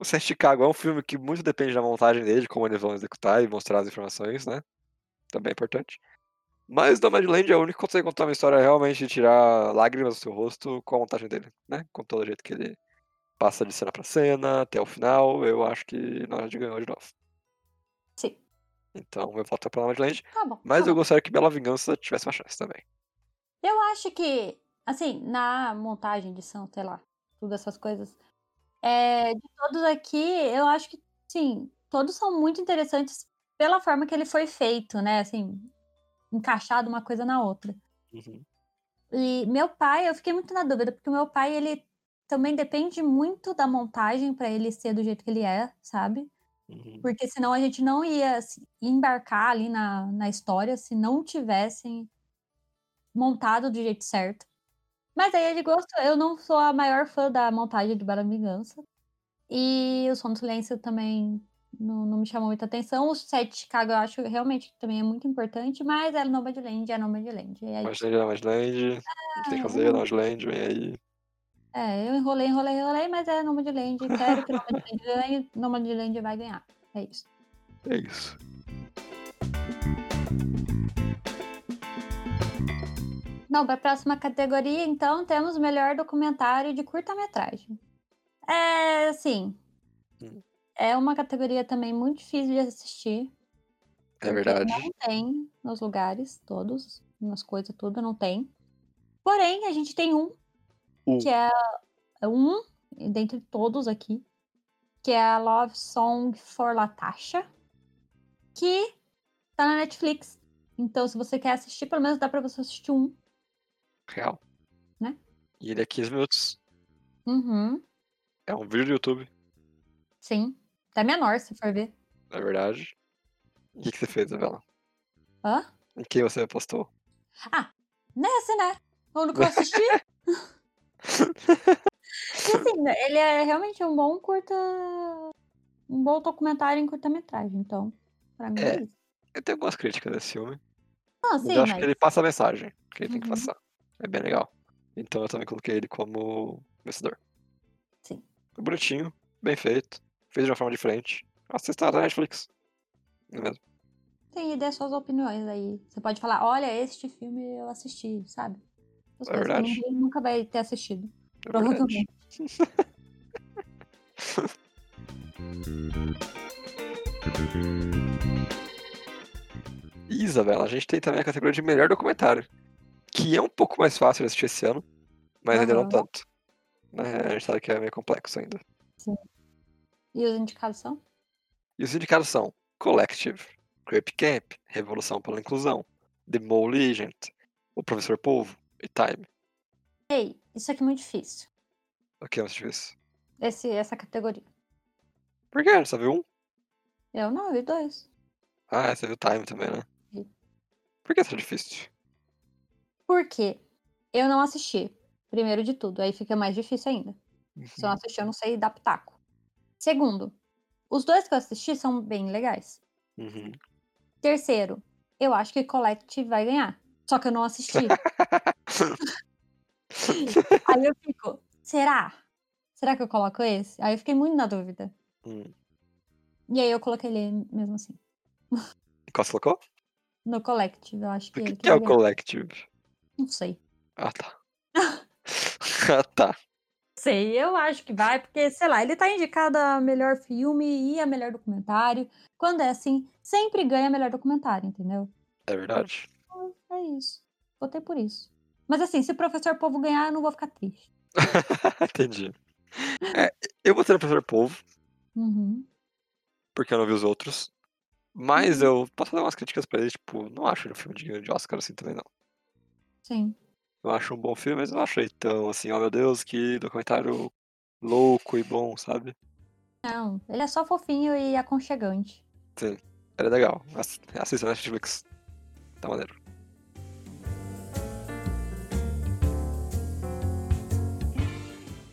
S2: O Sete de Chicago é um filme que muito depende da montagem dele, de como eles vão executar e mostrar as informações, né? Também é importante. Mas Nomadland é o único que consegue contar uma história realmente de tirar lágrimas do seu rosto com a montagem dele, né? Com todo o jeito que ele passa de cena pra cena, até o final, eu acho que na hora de ganhar de novo.
S1: Sim.
S2: Então, meu voto é pra Nomadland.
S1: Tá bom.
S2: Mas
S1: tá
S2: eu
S1: bom.
S2: gostaria que Bela Vingança tivesse uma chance também.
S1: Eu acho que, assim, na montagem, edição, sei lá, todas essas coisas, é, de todos aqui, eu acho que, sim, todos são muito interessantes pela forma que ele foi feito, né? Assim, encaixado uma coisa na outra. Uhum, E meu pai, eu fiquei muito na dúvida, porque o meu pai, ele também depende muito da montagem pra ele ser do jeito que ele é, sabe? Porque senão a gente não ia se- embarcar ali na, na história se não tivessem montado do jeito certo. Mas aí ele gostou. Eu não sou a maior fã da montagem de Bela Vingança. E o Som do Silêncio também não, não me chamou muita atenção. O set de Chicago eu acho realmente que também é muito importante, mas é Nomadland, é Nomadland. É,
S2: Mas Land, mais Land. Tem que fazer,
S1: hum.
S2: mais Land, vem aí.
S1: é, eu enrolei, enrolei, enrolei, mas é Nomadland. Quero que Nomadland ganhe, Nomadland vai ganhar. É isso.
S2: É isso.
S1: Bom, para a próxima categoria, então, temos melhor documentário de curta-metragem. É, assim,
S2: Hum.
S1: é uma categoria também muito difícil de assistir.
S2: É
S1: porque
S2: verdade.
S1: Não tem nos lugares todos, nas coisas tudo, não tem. Porém, a gente tem um,
S2: Um.
S1: que é, é um, dentre todos aqui, que é a Love Song for Latasha, que tá na Netflix. Então, se você quer assistir, pelo menos dá pra você assistir um.
S2: Real.
S1: Né?
S2: E ele é 15 minutos.
S1: Uhum.
S2: É um vídeo do YouTube,
S1: Sim. Até menor, se for ver.
S2: na verdade. O que, que você fez, Isabela?
S1: Hã?
S2: Em quem você apostou?
S1: Nesse, né? Quando que eu assisti. e assim, né, ele é realmente um bom curta. Um bom documentário em curta-metragem, então. Pra mim é,
S2: É.
S1: isso.
S2: Eu tenho algumas críticas desse filme.
S1: Não,
S2: Mas
S1: sim,
S2: eu acho
S1: mas.
S2: que ele passa a mensagem que ele tem que
S1: Uhum.
S2: passar. É bem legal. Então eu também coloquei ele como vencedor.
S1: Sim.
S2: Bonitinho, bem feito. Fez de uma forma diferente. Assista na Netflix. Não é mesmo?
S1: Tem ideia suas opiniões aí. Você pode falar, olha, este filme eu assisti, sabe? As
S2: É
S1: coisas que
S2: verdade.
S1: ninguém nunca vai ter assistido.
S2: É verdade.
S1: Provavelmente.
S2: E, Isabela, a gente tem também a categoria de melhor documentário, que é um pouco mais fácil de assistir esse ano, mas ainda não
S1: Aham.
S2: tanto. né? A gente sabe que é meio complexo ainda.
S1: E os indicados são?
S2: E os indicados são Collective, Grape Camp, Revolução pela Inclusão, The Mole Agent, O Professor Polvo e Time.
S1: Ei, isso aqui é muito difícil.
S2: O que é mais difícil?
S1: Esse, essa categoria.
S2: Por quê? Só viu um?
S1: Eu não, eu vi dois.
S2: Ah, é, você viu Time também, né?
S1: Vi.
S2: Por que isso é difícil?
S1: Por quê? Eu não assisti, primeiro de tudo. Aí fica mais difícil ainda. Se eu não assisti, eu não sei dar pitaco. Segundo, os dois que eu assisti são bem legais.
S2: Uhum.
S1: Terceiro, eu acho que Collect vai ganhar. Só que eu não assisti. Aí eu fico, será? Será que eu coloco esse? Aí eu fiquei muito na dúvida.
S2: Hum.
S1: E aí eu coloquei ele mesmo assim.
S2: Qual você colocou?
S1: No Collective, eu acho que
S2: O que,
S1: ele
S2: que é
S1: vai
S2: o
S1: ganhar.
S2: Collective?
S1: Não sei.
S2: Ah, tá. ah, tá.
S1: Sei, eu acho que vai, porque, sei lá, ele tá indicado a melhor filme e a melhor documentário. Quando é assim, sempre ganha melhor documentário, entendeu?
S2: É verdade.
S1: É isso. Votei por isso. Mas assim, se o professor Povo ganhar, eu não vou ficar triste.
S2: Entendi. É, eu vou ter o Professor Polvo,
S1: Uhum.
S2: porque eu não vi os outros. Mas eu posso dar umas críticas pra ele, tipo, não acho ele um filme digno de Oscar assim também, não.
S1: Sim.
S2: Eu acho um bom filme, mas eu não achei tão assim, ó meu Deus, que documentário louco e bom, sabe?
S1: Não, ele é só fofinho e aconchegante.
S2: Era legal. Ass- Assista na Netflix. Tá maneiro.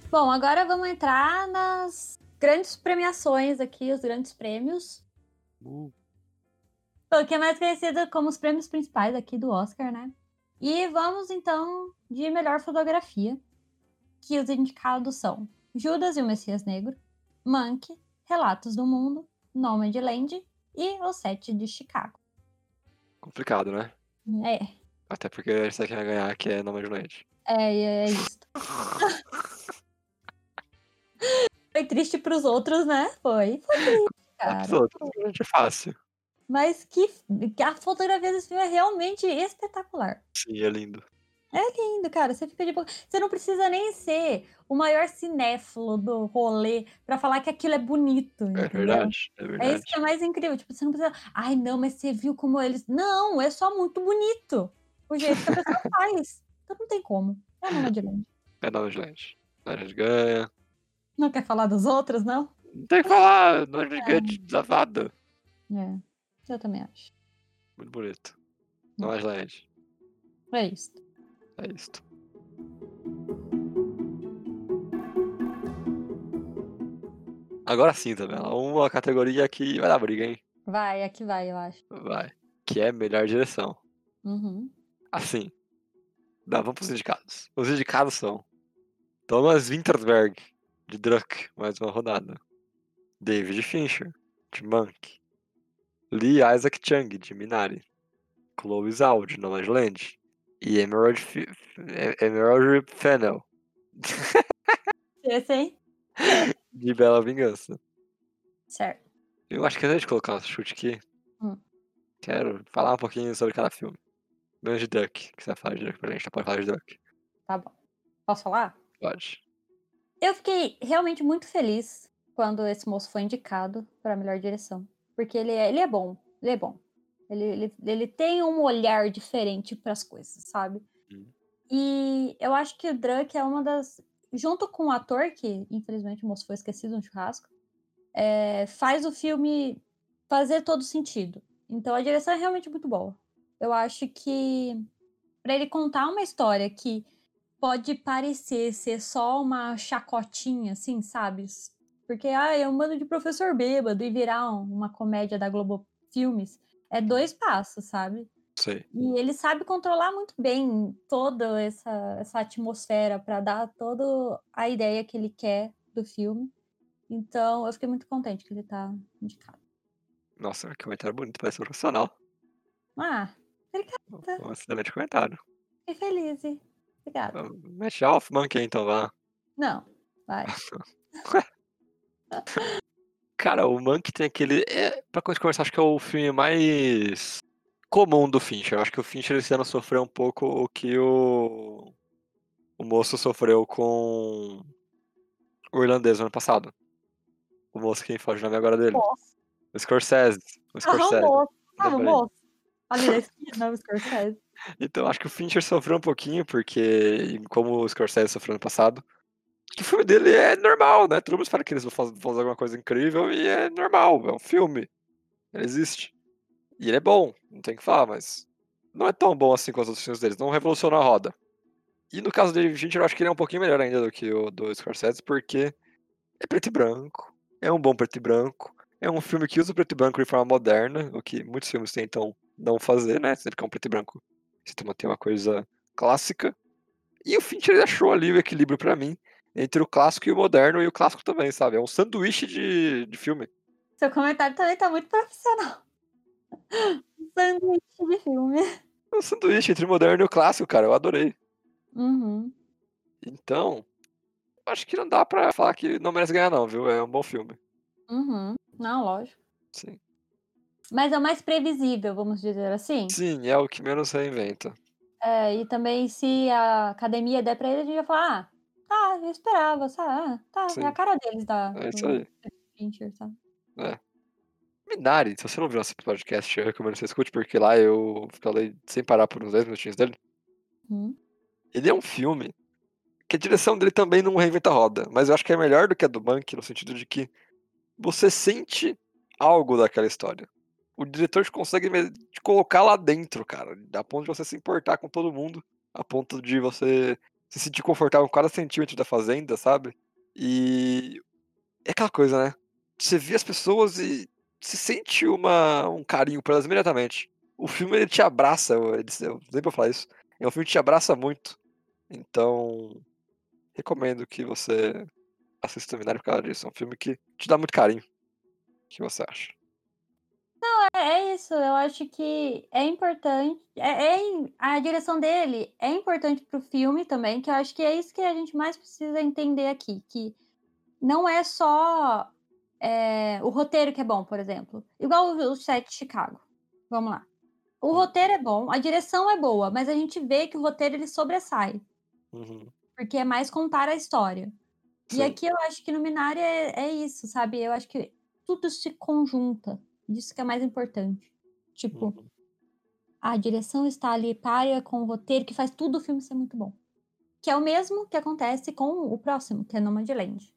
S1: Bom, agora vamos entrar nas grandes premiações aqui, os grandes prêmios.
S2: Uh.
S1: O que é mais conhecido como os prêmios principais aqui do Oscar, né? E vamos então de melhor fotografia, que os indicados são Judas e o Messias Negro, Mank, Relatos do Mundo, Nomadland e O Sete de Chicago.
S2: Complicado, né?
S1: É,
S2: Até porque a gente sabe quem vai ganhar, que é Nome de Noite.
S1: é, é isso. Foi triste pros outros, né? Foi, foi triste, cara.
S2: Absolutamente é fácil.
S1: Mas que, que a fotografia desse filme é realmente espetacular.
S2: Sim, é lindo.
S1: lindo, cara. Você fica de boca. Você não precisa nem ser o maior cinéfilo do rolê pra falar que aquilo é bonito.
S2: É
S1: entendeu?
S2: verdade. É
S1: É
S2: verdade.
S1: isso que é mais incrível. Tipo, você não precisa. Ai, não, mas você viu como eles. Não, é só muito bonito. O jeito que a pessoa faz. Então não tem como. É a de grande.
S2: É Nome de Noite. Noite ganha.
S1: Não quer falar dos outros, não?
S2: Não tem o que falar, Nome de ganha de lavada.
S1: É. Eu também acho.
S2: Muito bonito. Nome de Noite.
S1: É isso.
S2: É isto. Agora sim, Isabela. Uma categoria que vai dar briga, hein?
S1: Vai, aqui vai, eu acho.
S2: Vai. Que é melhor direção.
S1: Uhum.
S2: Assim. Dá, vamos pros indicados. Os indicados são Thomas Winterberg, de Druck, mais uma rodada. David Fincher, de Monk. Lee Isaac Chung, de Minari. Chloe Zhao, de Nomadland. E Emerald, Fi- Em- Emerald Fennel,
S1: Esse, hein?
S2: de Bela Vingança.
S1: Certo.
S2: Eu acho que antes de colocar o chute aqui,
S1: Hum.
S2: quero falar um pouquinho sobre cada filme. Menos de Duck, que você vai falar de Duck pra gente, tá? Pode falar de Duck.
S1: Tá bom. Posso falar?
S2: Pode.
S1: Eu fiquei realmente muito feliz quando esse moço foi indicado para melhor direção. Porque ele é, ele é bom, ele é bom. Ele, ele, ele tem um olhar diferente para as coisas, sabe?
S2: Uhum.
S1: E eu acho que o Drake é uma das. Junto com o ator, que infelizmente o moço foi esquecido no churrasco, eh, faz o filme fazer todo sentido. Então a direção é realmente muito boa. Eu acho que para ele contar uma história que pode parecer ser só uma chacotinha, assim, sabe? S- Porque, ah, eu mando de professor bêbado e virar um- uma comédia da Globo Filmes. É dois passos, sabe?
S2: Sei.
S1: E ele sabe controlar muito bem toda essa, essa atmosfera para dar toda a ideia que ele quer do filme. Então, eu fiquei muito contente que ele tá indicado.
S2: Nossa, que comentário bonito, parece profissional.
S1: Ah, Tá.
S2: Um excelente comentário.
S1: fiquei feliz. hein? Obrigada.
S2: Ah, Mete Alf Monkey, então, vai lá.
S1: Não, vai.
S2: Cara, o Monkey tem aquele. É, pra coisa conversar, acho que é o filme mais comum do Fincher. Eu acho que o Fincher esse ano sofreu um pouco o que o. O moço sofreu com. O irlandês no ano passado. O moço que foge na agora dele.
S1: Nossa.
S2: O Scorsese. O Scorsese.
S1: Arrumou. Sabe o
S2: Lembrei.
S1: moço? Ali na esquina, o Scorsese.
S2: Então, acho que o Fincher sofreu um pouquinho, porque, como o Scorsese sofreu no passado, que o filme dele é normal, né? Todo mundo espera que eles vão faz- vão fazer alguma coisa incrível e é normal, é um filme. Ele existe. E ele é bom, não tem o que falar, mas não é tão bom assim quanto os outros filmes deles. Não revolucionou a roda. E no caso dele, Fincher, eu acho que ele é um pouquinho melhor ainda do que o do Scorsese, porque é preto e branco, é um bom preto e branco, é um filme que usa o preto e branco de forma moderna, o que muitos filmes tentam não fazer, né? Sempre que é um preto e branco você tem uma- tem uma coisa clássica. E o Fincher ele achou ali o equilíbrio pra mim entre o clássico e o moderno, e o clássico também, sabe? É um sanduíche de, de filme.
S1: Seu comentário também tá muito profissional. Sanduíche de filme.
S2: É um sanduíche entre o moderno e o clássico, cara. Eu adorei.
S1: Uhum.
S2: Então, acho que não dá pra falar que não merece ganhar, não, viu? É um bom filme.
S1: Uhum. Não, lógico.
S2: Sim,
S1: Mas é o mais previsível, vamos dizer assim.
S2: Sim é o que menos reinventa.
S1: É, e também se a academia der pra ele, a gente vai falar, ah, tá, eu esperava, sabe? Ah, tá, é a
S2: Sim.
S1: cara deles da
S2: É isso
S1: do
S2: aí.
S1: Fincher, sabe?
S2: Minari, se você não viu nosso podcast, eu recomendo que você escute, porque lá eu falei sem parar por uns 10 minutinhos dele.
S1: Uhum.
S2: Ele é um filme que a direção dele também não reinventa a roda, mas eu acho que é melhor do que a do Mank no sentido de que você sente algo daquela história. O diretor te consegue me- te colocar lá dentro, cara, a ponto de você se importar com todo mundo, a ponto de você se sentir confortável com cada centímetro da fazenda, sabe? E é aquela coisa, né? Você vê as pessoas e se sente uma, um carinho por elas imediatamente. O filme ele te abraça, eu, eu nem pra falar isso. É um filme que te abraça muito. Então, recomendo que você assista Minari por causa disso. É um filme que te dá muito carinho. O que você acha?
S1: É, é isso, eu acho que é importante, é, é im- a direção dele é importante pro filme também, que eu acho que é isso que a gente mais precisa entender aqui, que não é só é, o roteiro que é bom, por exemplo. Igual o o set de Chicago. Vamos lá. O
S2: Hum.
S1: roteiro é bom, a direção é boa, mas a gente vê que o roteiro ele sobressai.
S2: Uhum,
S1: porque é mais contar a história. E
S2: sim.
S1: aqui eu acho que no Minari é, é isso, sabe? Eu acho que tudo se conjunta. Isso que é mais importante. Tipo,
S2: Uhum.
S1: a direção está ali paia com o roteiro, que faz tudo o filme ser muito bom. Que é o mesmo que acontece com o próximo, que é Nomadland.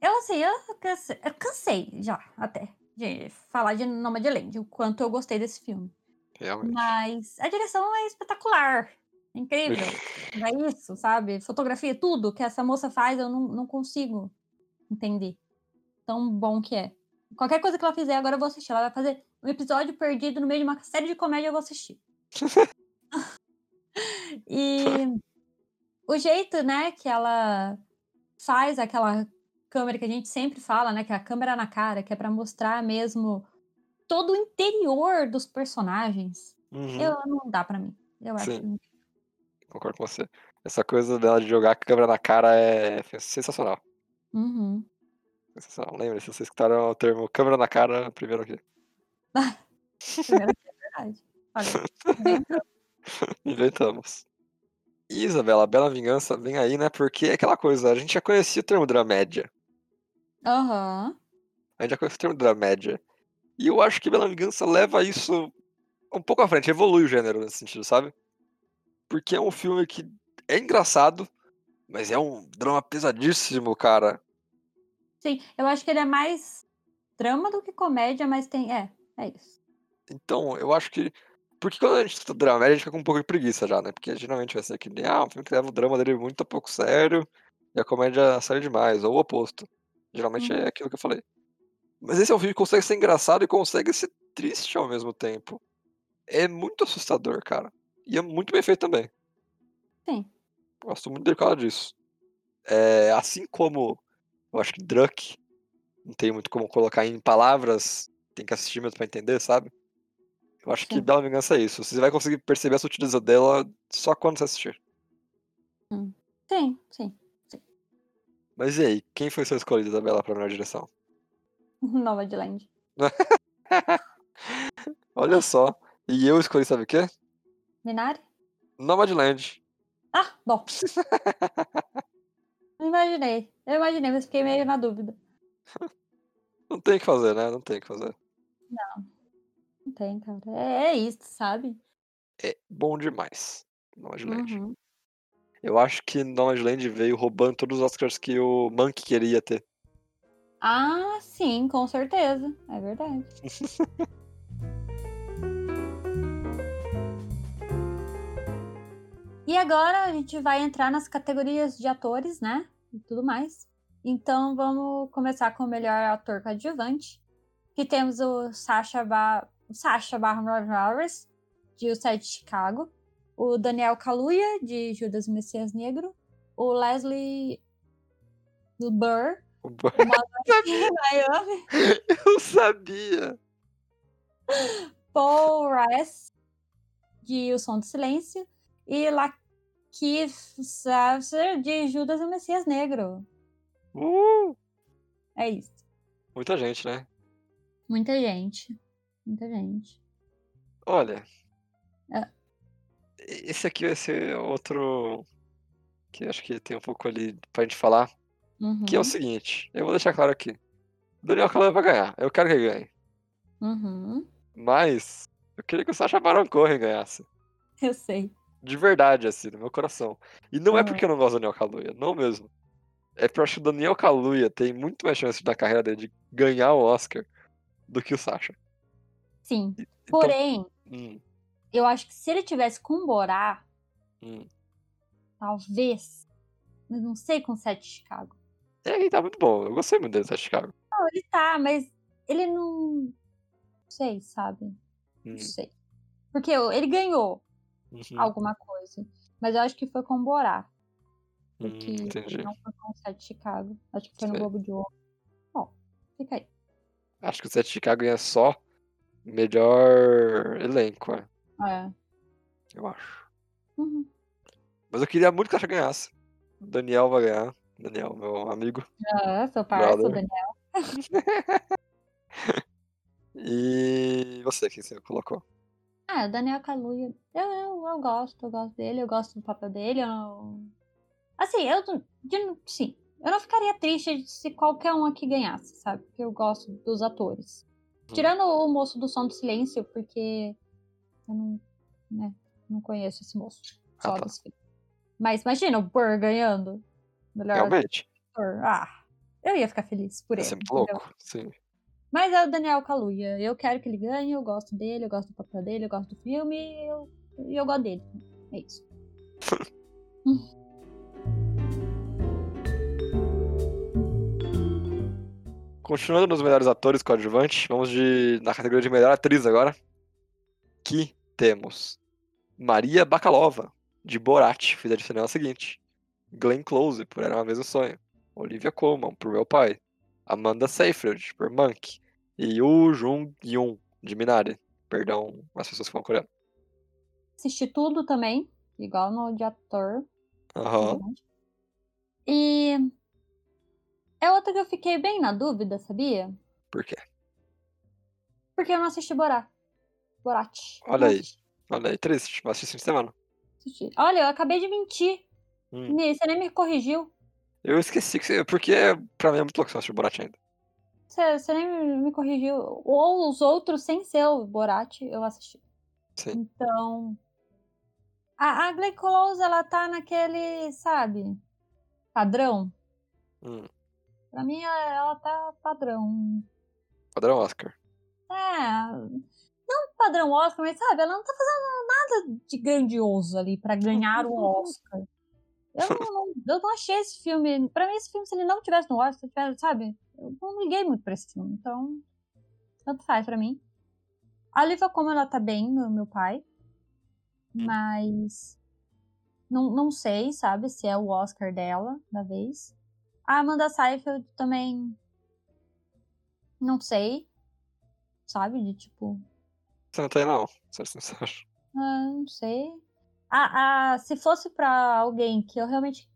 S1: Eu, assim, eu cansei, eu cansei já, até, de falar de Nomadland, o quanto eu gostei desse filme.
S2: Realmente.
S1: Mas a direção é espetacular. é Incrível. É isso, sabe? Fotografia, tudo que essa moça faz, eu não, não consigo entender. Tão bom que é. Qualquer coisa que ela fizer, agora eu vou assistir. Ela vai fazer um episódio perdido no meio de uma série de comédia, eu vou assistir. e o jeito, né, que ela faz aquela câmera que a gente sempre fala, né, que é a câmera na cara, que é pra mostrar mesmo todo o interior dos personagens.
S2: Uhum,
S1: Eu não dá pra mim. Eu acho.
S2: Sim. Concordo com você. Essa coisa dela de jogar a câmera na cara é fe- sensacional.
S1: Uhum.
S2: Sensacional. Lembre-se, vocês escutaram o termo câmera na cara primeiro aqui.
S1: Primeiro que é verdade. Olha, bem-
S2: Inventamos. E, Isabela, a Bela Vingança vem aí, né? Porque é aquela coisa, a gente já conhecia o termo dramédia.
S1: Aham.
S2: A gente já conhecia o termo dramédia. E eu acho que Bela Vingança leva isso um pouco à frente, evolui o gênero nesse sentido, sabe? Porque é um filme que é engraçado, mas é um drama pesadíssimo, cara.
S1: Sim, eu acho que ele é mais drama do que comédia, mas tem. É, é isso.
S2: Então, eu acho que. Porque quando a gente estuda drama, a gente fica com um pouco de preguiça já, né? Porque geralmente vai ser que nem, ah, um filme que leva o drama dele muito a pouco sério e a comédia séria demais, ou o oposto. Geralmente
S1: Uhum.
S2: é aquilo que eu falei. Mas esse é um filme que consegue ser engraçado e consegue ser triste ao mesmo tempo. É muito assustador, cara. E é muito bem feito também.
S1: Sim.
S2: Gosto muito dele por causa disso. É, assim como eu acho que Druck não tem muito como colocar em palavras, tem que assistir mesmo pra entender, sabe? Eu acho que
S1: Sim.
S2: Bela Vingança é isso. Você vai conseguir perceber a sutileza dela só quando você assistir.
S1: Sim, sim.
S2: Mas e aí, quem foi seu escolhido, Isabela, pra melhor direção?
S1: Nova de Land. Ah.
S2: Olha só. E eu escolhi, sabe o quê?
S1: Minari?
S2: Nomadland.
S1: Ah, bom. Não Imaginei. Eu imaginei, mas fiquei meio na dúvida.
S2: Não tem o que fazer, né? Não tem o que fazer.
S1: Não tem, cara. É, é isso, sabe?
S2: É bom demais. Nomadland.
S1: Uhum.
S2: Eu acho que Nomadland veio roubando todos os Oscars que o Monkey queria ter.
S1: Ah, sim, com certeza. É verdade. e agora a gente vai entrar nas categorias de atores, né? E tudo mais. Então vamos começar com o melhor ator coadjuvante, que temos o Sacha, ba... Sacha Baron Morris, de O Sete de Chicago, o Daniel Kaluuya, de Judas e o Messias Negro, o Leslie Burr,
S2: O Bur-
S1: em Miami,
S2: Eu sabia!
S1: Paul Ress, de O Som do Silêncio, e Lakeith Sasser, de Judas e o Messias Negro.
S2: Uh!
S1: É isso.
S2: Muita gente, né?
S1: Muita gente. Muita gente.
S2: Olha.
S1: Ah.
S2: e- Esse aqui vai ser outro. Que acho que tem um pouco ali pra gente falar.
S1: Uhum,
S2: Que é o seguinte: eu vou deixar claro aqui. O Daniel Kaluuya vai ganhar. Eu quero que ele ganhe.
S1: uhum.
S2: Mas. Eu queria que o Sacha Baron Cohen ganhasse.
S1: Eu sei.
S2: De verdade, assim, no meu coração. E não é
S1: Aham.
S2: porque eu não gosto do Daniel Kaluuya, não mesmo. É porque eu acho que o Daniel Kaluuya tem muito mais chance na carreira dele de ganhar o Oscar do que o Sacha.
S1: Sim.
S2: Então,
S1: Porém,
S2: hum,
S1: eu acho que se ele tivesse com o Borá,
S2: hum.
S1: talvez. Mas não sei com o Sete de Chicago.
S2: É, ele tá muito bom. Eu gostei muito dele, Sacha Chicago.
S1: Não, ele tá, mas ele não. Não sei, sabe?
S2: Hum,
S1: Não sei. Porque eu- ele ganhou
S2: uhum,
S1: alguma coisa. Mas eu acho que foi com o Borá.
S2: hum,
S1: Porque
S2: entendi.
S1: não foi com o Sete de Chicago. Acho que foi no
S2: Sei.
S1: Globo de Ouro. Bom, fica aí.
S2: Acho que o 7 de Chicago ganha só melhor elenco, é,
S1: É.
S2: eu acho.
S1: Uhum.
S2: Mas eu queria muito que o Sacha ganhasse. O Daniel vai ganhar. Daniel, meu amigo.
S1: É, seu parça,
S2: Brother.
S1: Daniel.
S2: E você, quem você colocou?
S1: Ah, o Daniel Kaluuya. Eu, eu, eu gosto, eu gosto dele, eu gosto do papel dele. Eu... não- Assim, eu. não- de não- Sim. Eu não ficaria triste se qualquer um aqui ganhasse, sabe? Porque eu gosto dos atores.
S2: Hum.
S1: Tirando o moço do Som do Silêncio, porque eu não, né, não conheço esse moço.
S2: Ah,
S1: Só
S2: tá.
S1: dos filmes. Mas imagina o Burr ganhando. Melhor
S2: Realmente?
S1: ator. Ah, eu ia ficar feliz por
S2: É Ia
S1: ele.
S2: ser muito
S1: entendeu?
S2: louco. Sim.
S1: Mas é o Daniel Kaluuya. Eu quero que ele ganhe, eu gosto dele, eu gosto do papel dele, eu gosto do filme e eu, e eu gosto dele. É isso.
S2: Continuando nos melhores atores coadjuvantes, vamos de na categoria de melhor atriz agora. Que temos Maria Bakalova, de Borat, fez a de cinema seguinte. Glenn Close, por Era Uma Vez um Sonho. Olivia Colman, por Meu Pai. Amanda Seyfried, por Monk. E Yoo Jung Yoon, de Minari. Perdão as pessoas que falam coreano.
S1: Assisti tudo também, igual no de ator.
S2: Aham.
S1: Verdade. E é outra que eu fiquei bem na dúvida, sabia?
S2: Por quê?
S1: Porque eu não assisti Borá. Borat.
S2: Olha
S1: Não
S2: aí.
S1: assisti,
S2: Olha aí, triste, mas assisti esse semana.
S1: assisti. Olha, eu acabei de mentir.
S2: Hum.
S1: Me- Você nem me corrigiu.
S2: Eu esqueci que você. Porque pra mim é muito louco você assistir Borat ainda.
S1: Você, você nem me- me corrigiu. Ou os outros sem ser o Borat, eu assisti.
S2: Sim.
S1: Então. A, a Glenn Close, ela tá naquele, sabe? Padrão.
S2: Hum.
S1: Pra mim, ela, ela tá padrão.
S2: Padrão Oscar.
S1: É. Não padrão Oscar, mas sabe? Ela não tá fazendo nada de grandioso ali pra ganhar o Oscar. Eu não, não- eu não achei esse filme. Pra mim, esse filme, se ele não tivesse no Oscar, tivesse, sabe? Eu não liguei muito pra esse filme. Então, tanto faz pra mim. A Oliva, como ela tá bem, no meu pai. Mas. Não, não sei, sabe? Se é o Oscar dela, da vez. A Amanda Seyfried também. Não sei. Sabe? De tipo.
S2: Você não tem, não. Você é não acha?
S1: Ah, não sei. Ah, ah, se fosse pra alguém que eu realmente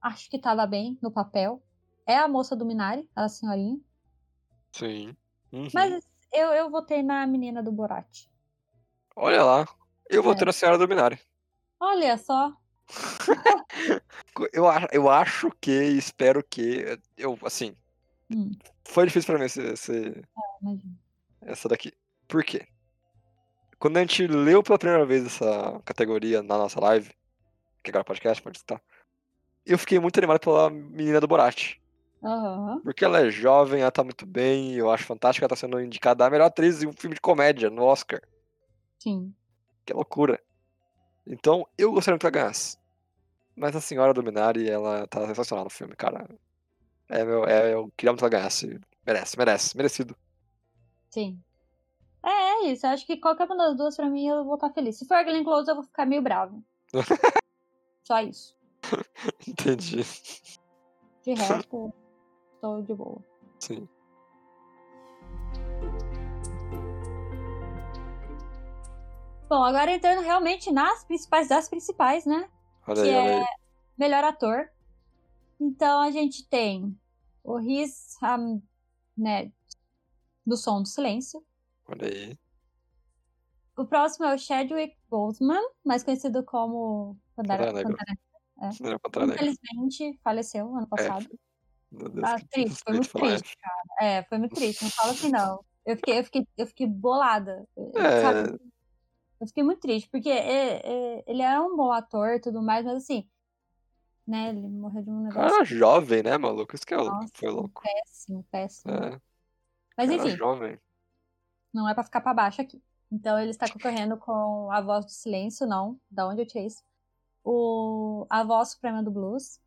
S1: acho que tava bem no papel, é a moça do Minari, a senhorinha.
S2: Sim. Uhum.
S1: Mas eu, eu votei na menina do Borat.
S2: Olha lá. Eu votei
S1: É.
S2: na Senhora do Binário.
S1: Olha só.
S2: Eu, a- eu acho que, espero que. Eu, assim.
S1: Hum. É,
S2: Foi difícil pra mim esse, esse-
S1: imagina.
S2: essa daqui. Por quê? Quando a gente leu pela primeira vez essa categoria na nossa live, que agora é podcast, pode citar, eu fiquei muito animado pela menina do Borat.
S1: Aham.
S2: Porque ela é jovem, ela tá muito bem, eu acho fantástico ela tá sendo indicada a melhor atriz em um filme de comédia no Oscar.
S1: Sim.
S2: Que loucura. Então, eu gostaria muito que ela ganhasse. Mas a senhora do Minari, ela tá sensacional no filme, cara. É, meu, é, eu queria muito que ela ganhasse. Merece, merece, merecido.
S1: Sim. É, é isso. Eu acho que qualquer uma das duas, pra mim, eu vou estar feliz. Se for a Glenn Close, eu vou ficar meio bravo. Só isso.
S2: Entendi.
S1: De resto, estou de boa.
S2: Sim.
S1: Bom, agora entrando realmente nas principais das principais, né?
S2: Olha
S1: Que
S2: aí, olha aí.
S1: melhor ator. Então a gente tem o Riz Ahmed do Som do Silêncio.
S2: Olha aí.
S1: O próximo é o Chadwick Boseman, mais conhecido como Pantera,
S2: Pantera Negra.
S1: Pantera
S2: Não era pra trás, né?
S1: Infelizmente faleceu ano passado.
S2: Meu Deus,
S1: Ah,
S2: que
S1: triste, foi muito
S2: suspeito falar.
S1: triste, cara. É, foi muito triste, não fala assim não. Eu fiquei, eu fiquei, eu fiquei bolada.
S2: É.
S1: sabe? Eu fiquei muito triste, porque é- é- ele era um bom ator e tudo mais, mas assim, né, ele morreu de um
S2: O cara
S1: negócio
S2: era jovem, né, maluco? Isso Ah, que é louco.
S1: Nossa,
S2: Foi louco.
S1: péssimo, péssimo.
S2: É,
S1: mas
S2: era
S1: enfim,
S2: jovem.
S1: não é pra ficar pra baixo aqui. Então ele está concorrendo com A Voz do Silêncio, não, da onde eu tinha isso. O A Voz Suprema do Blues.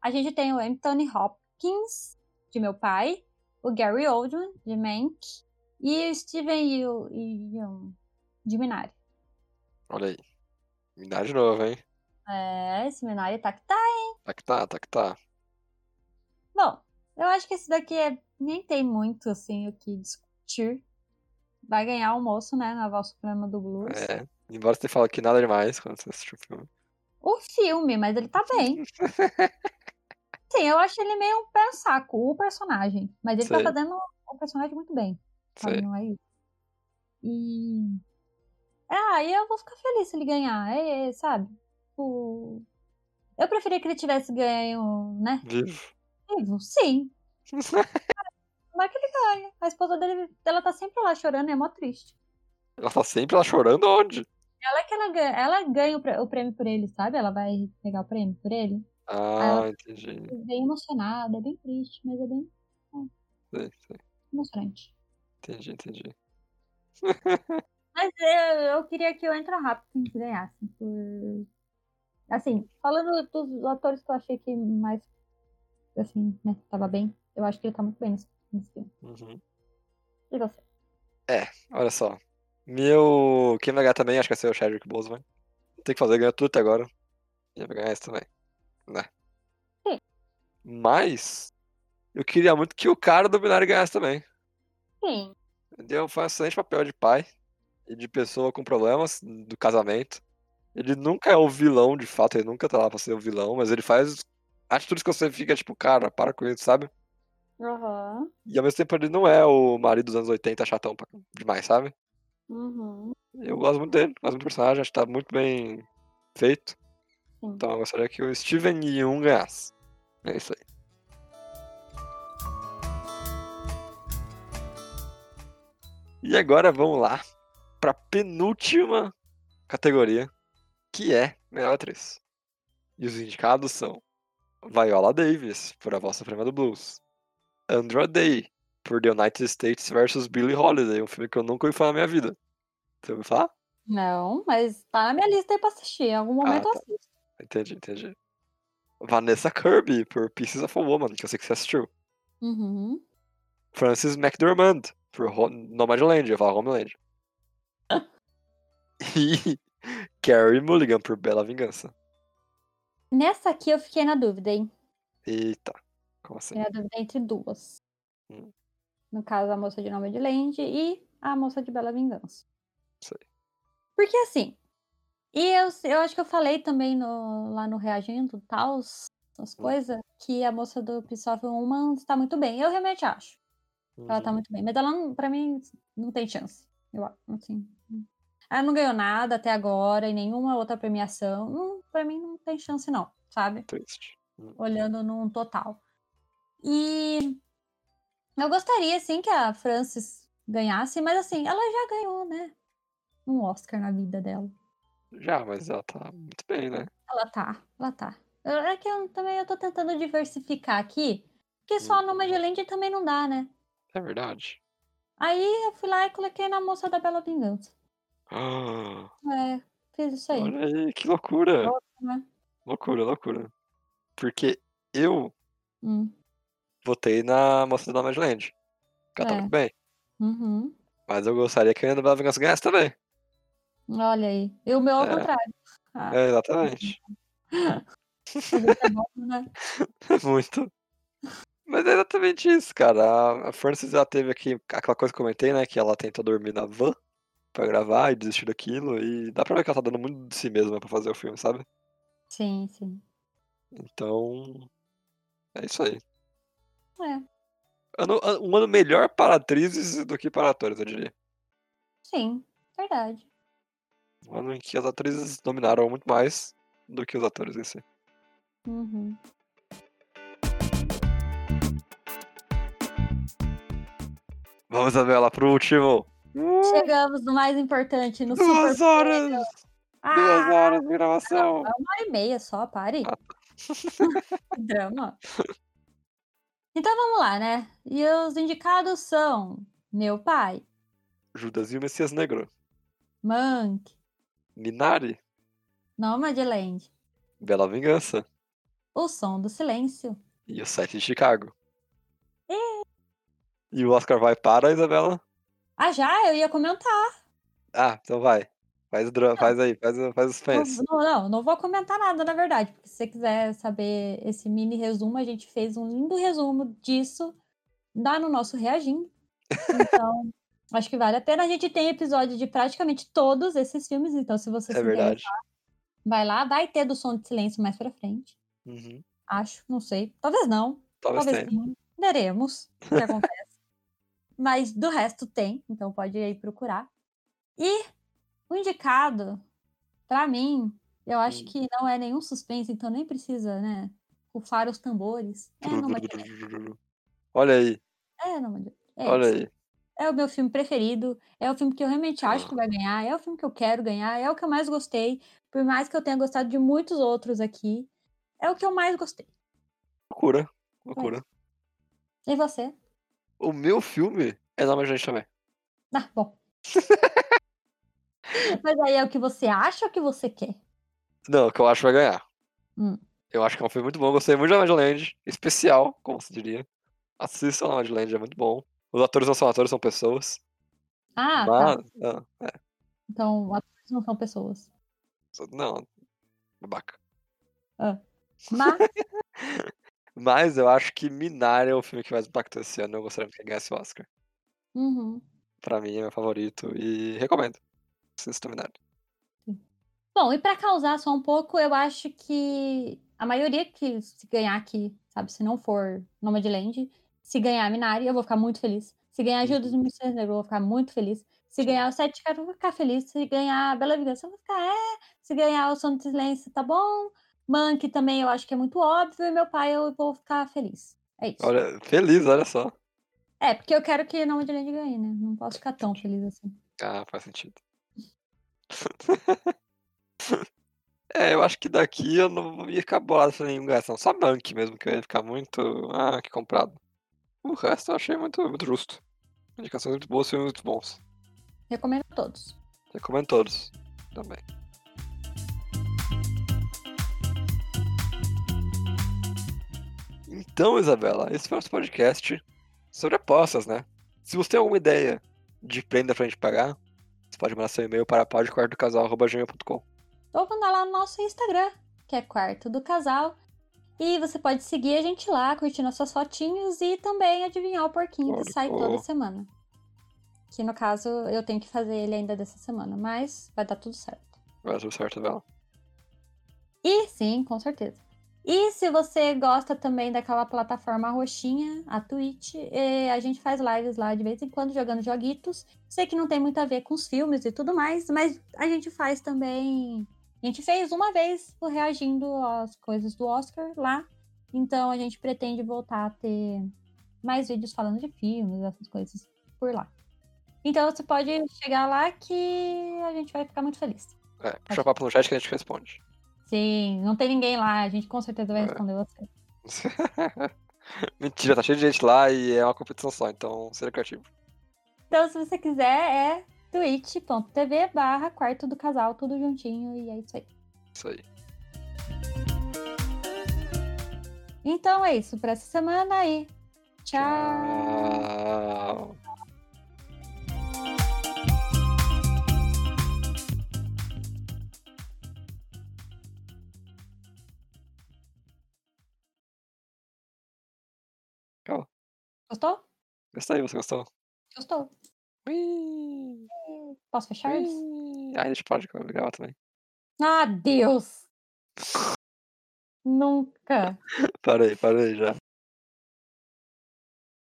S1: A gente tem o Anthony Hopkins, de Meu Pai, o Gary Oldman, de Mank, e o Steven e o, de Minari.
S2: Olha aí. Me dá de novo, hein?
S1: É, esse Minari tá que tá.
S2: Tá que tá, tá que tá.
S1: Bom, eu acho que esse daqui é, nem tem muito, assim, o que discutir. Vai ganhar o moço, né, na Voz Suprema do Blues.
S2: É. Embora você fale que nada demais quando você assistiu o filme.
S1: O filme, mas ele tá bem. Sim, eu acho ele meio um pé no saco, o personagem. Mas ele
S2: Sei.
S1: tá fazendo o personagem muito bem. Sabe?
S2: Sei.
S1: Não é isso. E. Ah, e eu vou ficar feliz se ele ganhar. É, é, sabe? O... Eu preferia que ele tivesse ganho, né?
S2: Vivo.
S1: Vivo, sim. Mas que ele ganha. A esposa dele, ela tá sempre lá chorando, é mó triste.
S2: Ela tá sempre lá chorando onde?
S1: Ela que ela ganha, ela ganha o prê- o prêmio por ele, sabe? Ela vai pegar o prêmio por ele.
S2: Ah, entendi.
S1: bem emocionada, é bem triste, mas é bem
S2: Sei, sei.
S1: emocionante.
S2: Entendi, entendi.
S1: Mas eu, eu queria que o Entra Hopkins ganhasse. Por... Assim, falando dos atores que eu achei que mais, assim, né, tava bem, eu acho que ele tá muito bem nesse, nesse filme.
S2: Uhum.
S1: E você?
S2: Olha só. Meu. Quem vai ganhar também, acho que vai ser o Chadwick Boseman. Tem que fazer, ganhou tudo até agora. E vai ganhar esse também. Né?
S1: Sim.
S2: Mas. Eu queria muito que o cara do binário ganhasse também.
S1: Sim,
S2: Deu, foi um excelente papel de pai e de pessoa com problemas do casamento. Ele nunca é o vilão, de fato, ele nunca tá lá pra ser o vilão, mas ele faz atitudes que você fica tipo, cara, para com isso, sabe?
S1: aham,
S2: E ao mesmo tempo ele não é o marido dos anos 80 chatão pra- demais, sabe?
S1: uhum,
S2: Eu gosto muito dele, gosto muito do personagem, acho que tá muito bem feito.
S1: Sim.
S2: Então eu gostaria que o Steven Yeun ganhasse. É isso aí. E agora vamos lá pra penúltima categoria, que é melhor atriz. E os indicados são Viola Davis, por A Voz Suprema do Blues. Andra Day, por The United States vs. Billie Holiday, um filme que eu nunca ouvi falar na minha vida. Você ouviu falar?
S1: Não, mas tá na minha lista aí pra assistir. Em algum momento eu
S2: tá.
S1: assisto.
S2: Entendi, entendi. Vanessa Kirby, por Pieces of a Woman, que eu sei que você assistiu.
S1: Uhum.
S2: Frances McDormand, por Ho- Nomadland, eu falo Homeland. E Carrie Mulligan, por Bela Vingança.
S1: Nessa aqui eu fiquei na dúvida, hein?
S2: Eita, como assim?
S1: Fiquei na dúvida entre duas.
S2: Hum.
S1: No caso, a moça de nome de Land e a moça de Bela Vingança.
S2: Sei.
S1: Porque assim, e eu, se- eu acho que eu falei também no- lá no Reagindo, tal, as
S2: Hum.
S1: coisas, que a moça do Pisoff Woman está muito bem. Eu realmente acho que ela tá
S2: Uhum.
S1: muito bem. Mas ela, não, pra mim, não tem chance. Eu, a- assim, não- ela não ganhou nada até agora e nenhuma outra premiação. Não, pra mim, não tem chance, não, sabe?
S2: Triste.
S1: olhando num total. E eu gostaria, assim, que a Frances ganhasse, mas assim, ela já ganhou, né? um Oscar na vida dela.
S2: Já, mas ela tá muito bem, né?
S1: Ela tá, ela tá. Eu- É que eu também eu tô tentando diversificar aqui, porque só
S2: Uhum.
S1: a Noma de Land também não dá, né?
S2: É verdade.
S1: Aí eu fui lá e coloquei na moça da Bela Vingança.
S2: Ah,
S1: É, fiz isso aí.
S2: olha aí, que loucura!
S1: né?
S2: Loucura, loucura. Porque eu
S1: Hum, votei
S2: votei na moça da Magiland. Ela tá
S1: É.
S2: muito bem.
S1: uhum.
S2: Mas eu gostaria que a Ana Bela Vingança ganhasse também.
S1: Olha aí. E o meu ao
S2: É.
S1: contrário. Ah,
S2: É, exatamente.
S1: é bom, né?
S2: Muito. Mas é exatamente isso, cara. A- A Frances ela teve aqui aquela coisa que eu comentei, né? Que ela tentou dormir na van pra gravar e desistir daquilo. E dá pra ver que ela tá dando muito de si mesma pra fazer o filme, sabe?
S1: Sim, sim.
S2: Então. É isso aí.
S1: É,
S2: Ano- an- um ano melhor para atrizes do que para atores, eu diria.
S1: sim, verdade.
S2: Um ano em que as atrizes dominaram muito mais do que os atores em si.
S1: Uhum.
S2: Vamos, Isabela, pro último. Uh,
S1: Chegamos no mais importante, no
S2: Duas
S1: super.
S2: horas!
S1: Ah,
S2: Duas horas de
S1: não, é
S2: gravação!
S1: uma hora e meia só, pare.
S2: Ah.
S1: Que Drama. Então vamos lá, né? E os indicados são meu pai,
S2: Judas e o Messias Negro.
S1: Monk, Minari, Nomadland,
S2: Bela Vingança.
S1: O Som do Silêncio.
S2: E o 7 de Chicago.
S1: É.
S2: E o Oscar vai para, Isabela?
S1: Ah, já? Eu ia comentar.
S2: Ah, então vai. Faz, o dra- faz aí, faz, o- faz os
S1: Não,
S2: fãs.
S1: não, não, não vou comentar nada, na verdade. Porque se você quiser saber esse mini resumo, a gente fez um lindo resumo disso lá no nosso Reagindo. Então, acho que vale a pena. A gente tem episódio de praticamente todos esses filmes. Então, se você
S2: É
S1: se der,
S2: verdade.
S1: vai lá. Vai ter do Som de Silêncio mais pra frente.
S2: Uhum.
S1: Acho, não sei. Talvez não.
S2: Talvez
S1: Talvez
S2: tenha.
S1: sim. Veremos o que acontece. Mas do resto tem, então pode ir aí procurar. E o indicado, pra mim, eu acho
S2: Hum.
S1: que não é nenhum suspense, então nem precisa, né? Rufar os tambores. É, não, mas-
S2: Olha aí,
S1: é, não, mas- é
S2: olha
S1: isso.
S2: aí.
S1: É o meu filme preferido, é o filme que eu realmente acho que vai ganhar, é o filme que eu quero ganhar, é o que eu mais gostei, por mais que eu tenha gostado de muitos outros aqui, é o que eu mais gostei.
S2: Loucura,
S1: É.
S2: loucura.
S1: E você?
S2: O meu filme é da gente também.
S1: Ah, bom. Mas aí é o que você acha ou o que você quer?
S2: Não, que eu acho que vai ganhar.
S1: Hum.
S2: Eu acho que é um filme muito bom. eu Gostei muito da Land. Especial, como se diria. Assistam a Land, é muito bom. Os atores não são atores, são pessoas.
S1: Ah, tá.
S2: mas. ah,
S1: Então, atores não são pessoas.
S2: só- não. Babaca.
S1: Mas,
S2: Mas eu acho que Minari é o filme que mais impactou esse ano. Eu gostaria muito que ganhasse o Oscar.
S1: uhum.
S2: Pra mim é meu favorito e recomendo. Assistam Minari.
S1: Bom, e pra causar só um pouco, eu acho que a maioria que se ganhar aqui, sabe, se não for Nomadland, se ganhar Minari, eu vou ficar muito feliz. Se ganhar Judas e o Messias Negro, eu vou ficar muito feliz. Se ganhar o Sete Caras, eu vou ficar feliz. Se ganhar Bela Vingança, eu vou ficar, é. Se ganhar o Som do Silêncio, tá bom. Monkey também eu acho que é muito óbvio. E meu pai, eu vou ficar feliz. É isso.
S2: Olha, feliz, olha só.
S1: É, porque eu quero que Nomadland ganhe, né? Não posso ficar tão feliz assim.
S2: Ah, faz sentido. É, eu acho que daqui eu não ia ficar bolado se nenhum ganhasse, não. Só Bank mesmo, que eu ia ficar muito. Ah, que comprado. O resto eu achei muito, muito justo. Indicações muito boas, filmes muito bons.
S1: Recomendo a todos.
S2: Recomendo todos também. Então, Isabela, esse foi nosso podcast sobre apostas, né? Se você tem alguma ideia de prenda pra gente pagar, você pode mandar seu e-mail para podquartocasal.gmail.com
S1: Ou mandar lá no nosso Instagram, que é Quarto do Casal. E você pode seguir a gente lá, curtir nossas fotinhos e também adivinhar o porquinho que sai toda
S2: Porco.
S1: semana. Que no caso eu tenho que fazer ele ainda dessa semana, mas vai dar tudo certo.
S2: Vai dar tudo certo, Isabela.
S1: E sim, com certeza. E se você gosta também daquela plataforma roxinha, a Twitch, eh, a gente faz lives lá de vez em quando jogando joguitos. Sei que não tem muito a ver com os filmes e tudo mais, mas a gente faz também. A gente fez uma vez o reagindo às coisas do Oscar lá. Então a gente pretende voltar a ter mais vídeos falando de filmes, essas coisas por lá. Então você pode chegar lá que a gente vai ficar muito feliz.
S2: É, puxa papo no chat que a gente responde.
S1: Sim, não tem ninguém lá, a gente com certeza vai
S2: É.
S1: responder você.
S2: Mentira, tá cheio de gente lá e é uma competição só, então seja criativo.
S1: Então, se você quiser, é twitch.tv barra quarto do casal, tudo juntinho, e é isso aí.
S2: Isso aí.
S1: Então é isso pra essa semana aí. Tchau.
S2: Tchau.
S1: Gostou?
S2: Gostei, você gostou?
S1: Gostou.
S2: Ui,
S1: Posso fechar? eles?
S2: ui. Ah, É a gente pode gravar também.
S1: Ah, Deus! Nunca.
S2: Parei, parei já.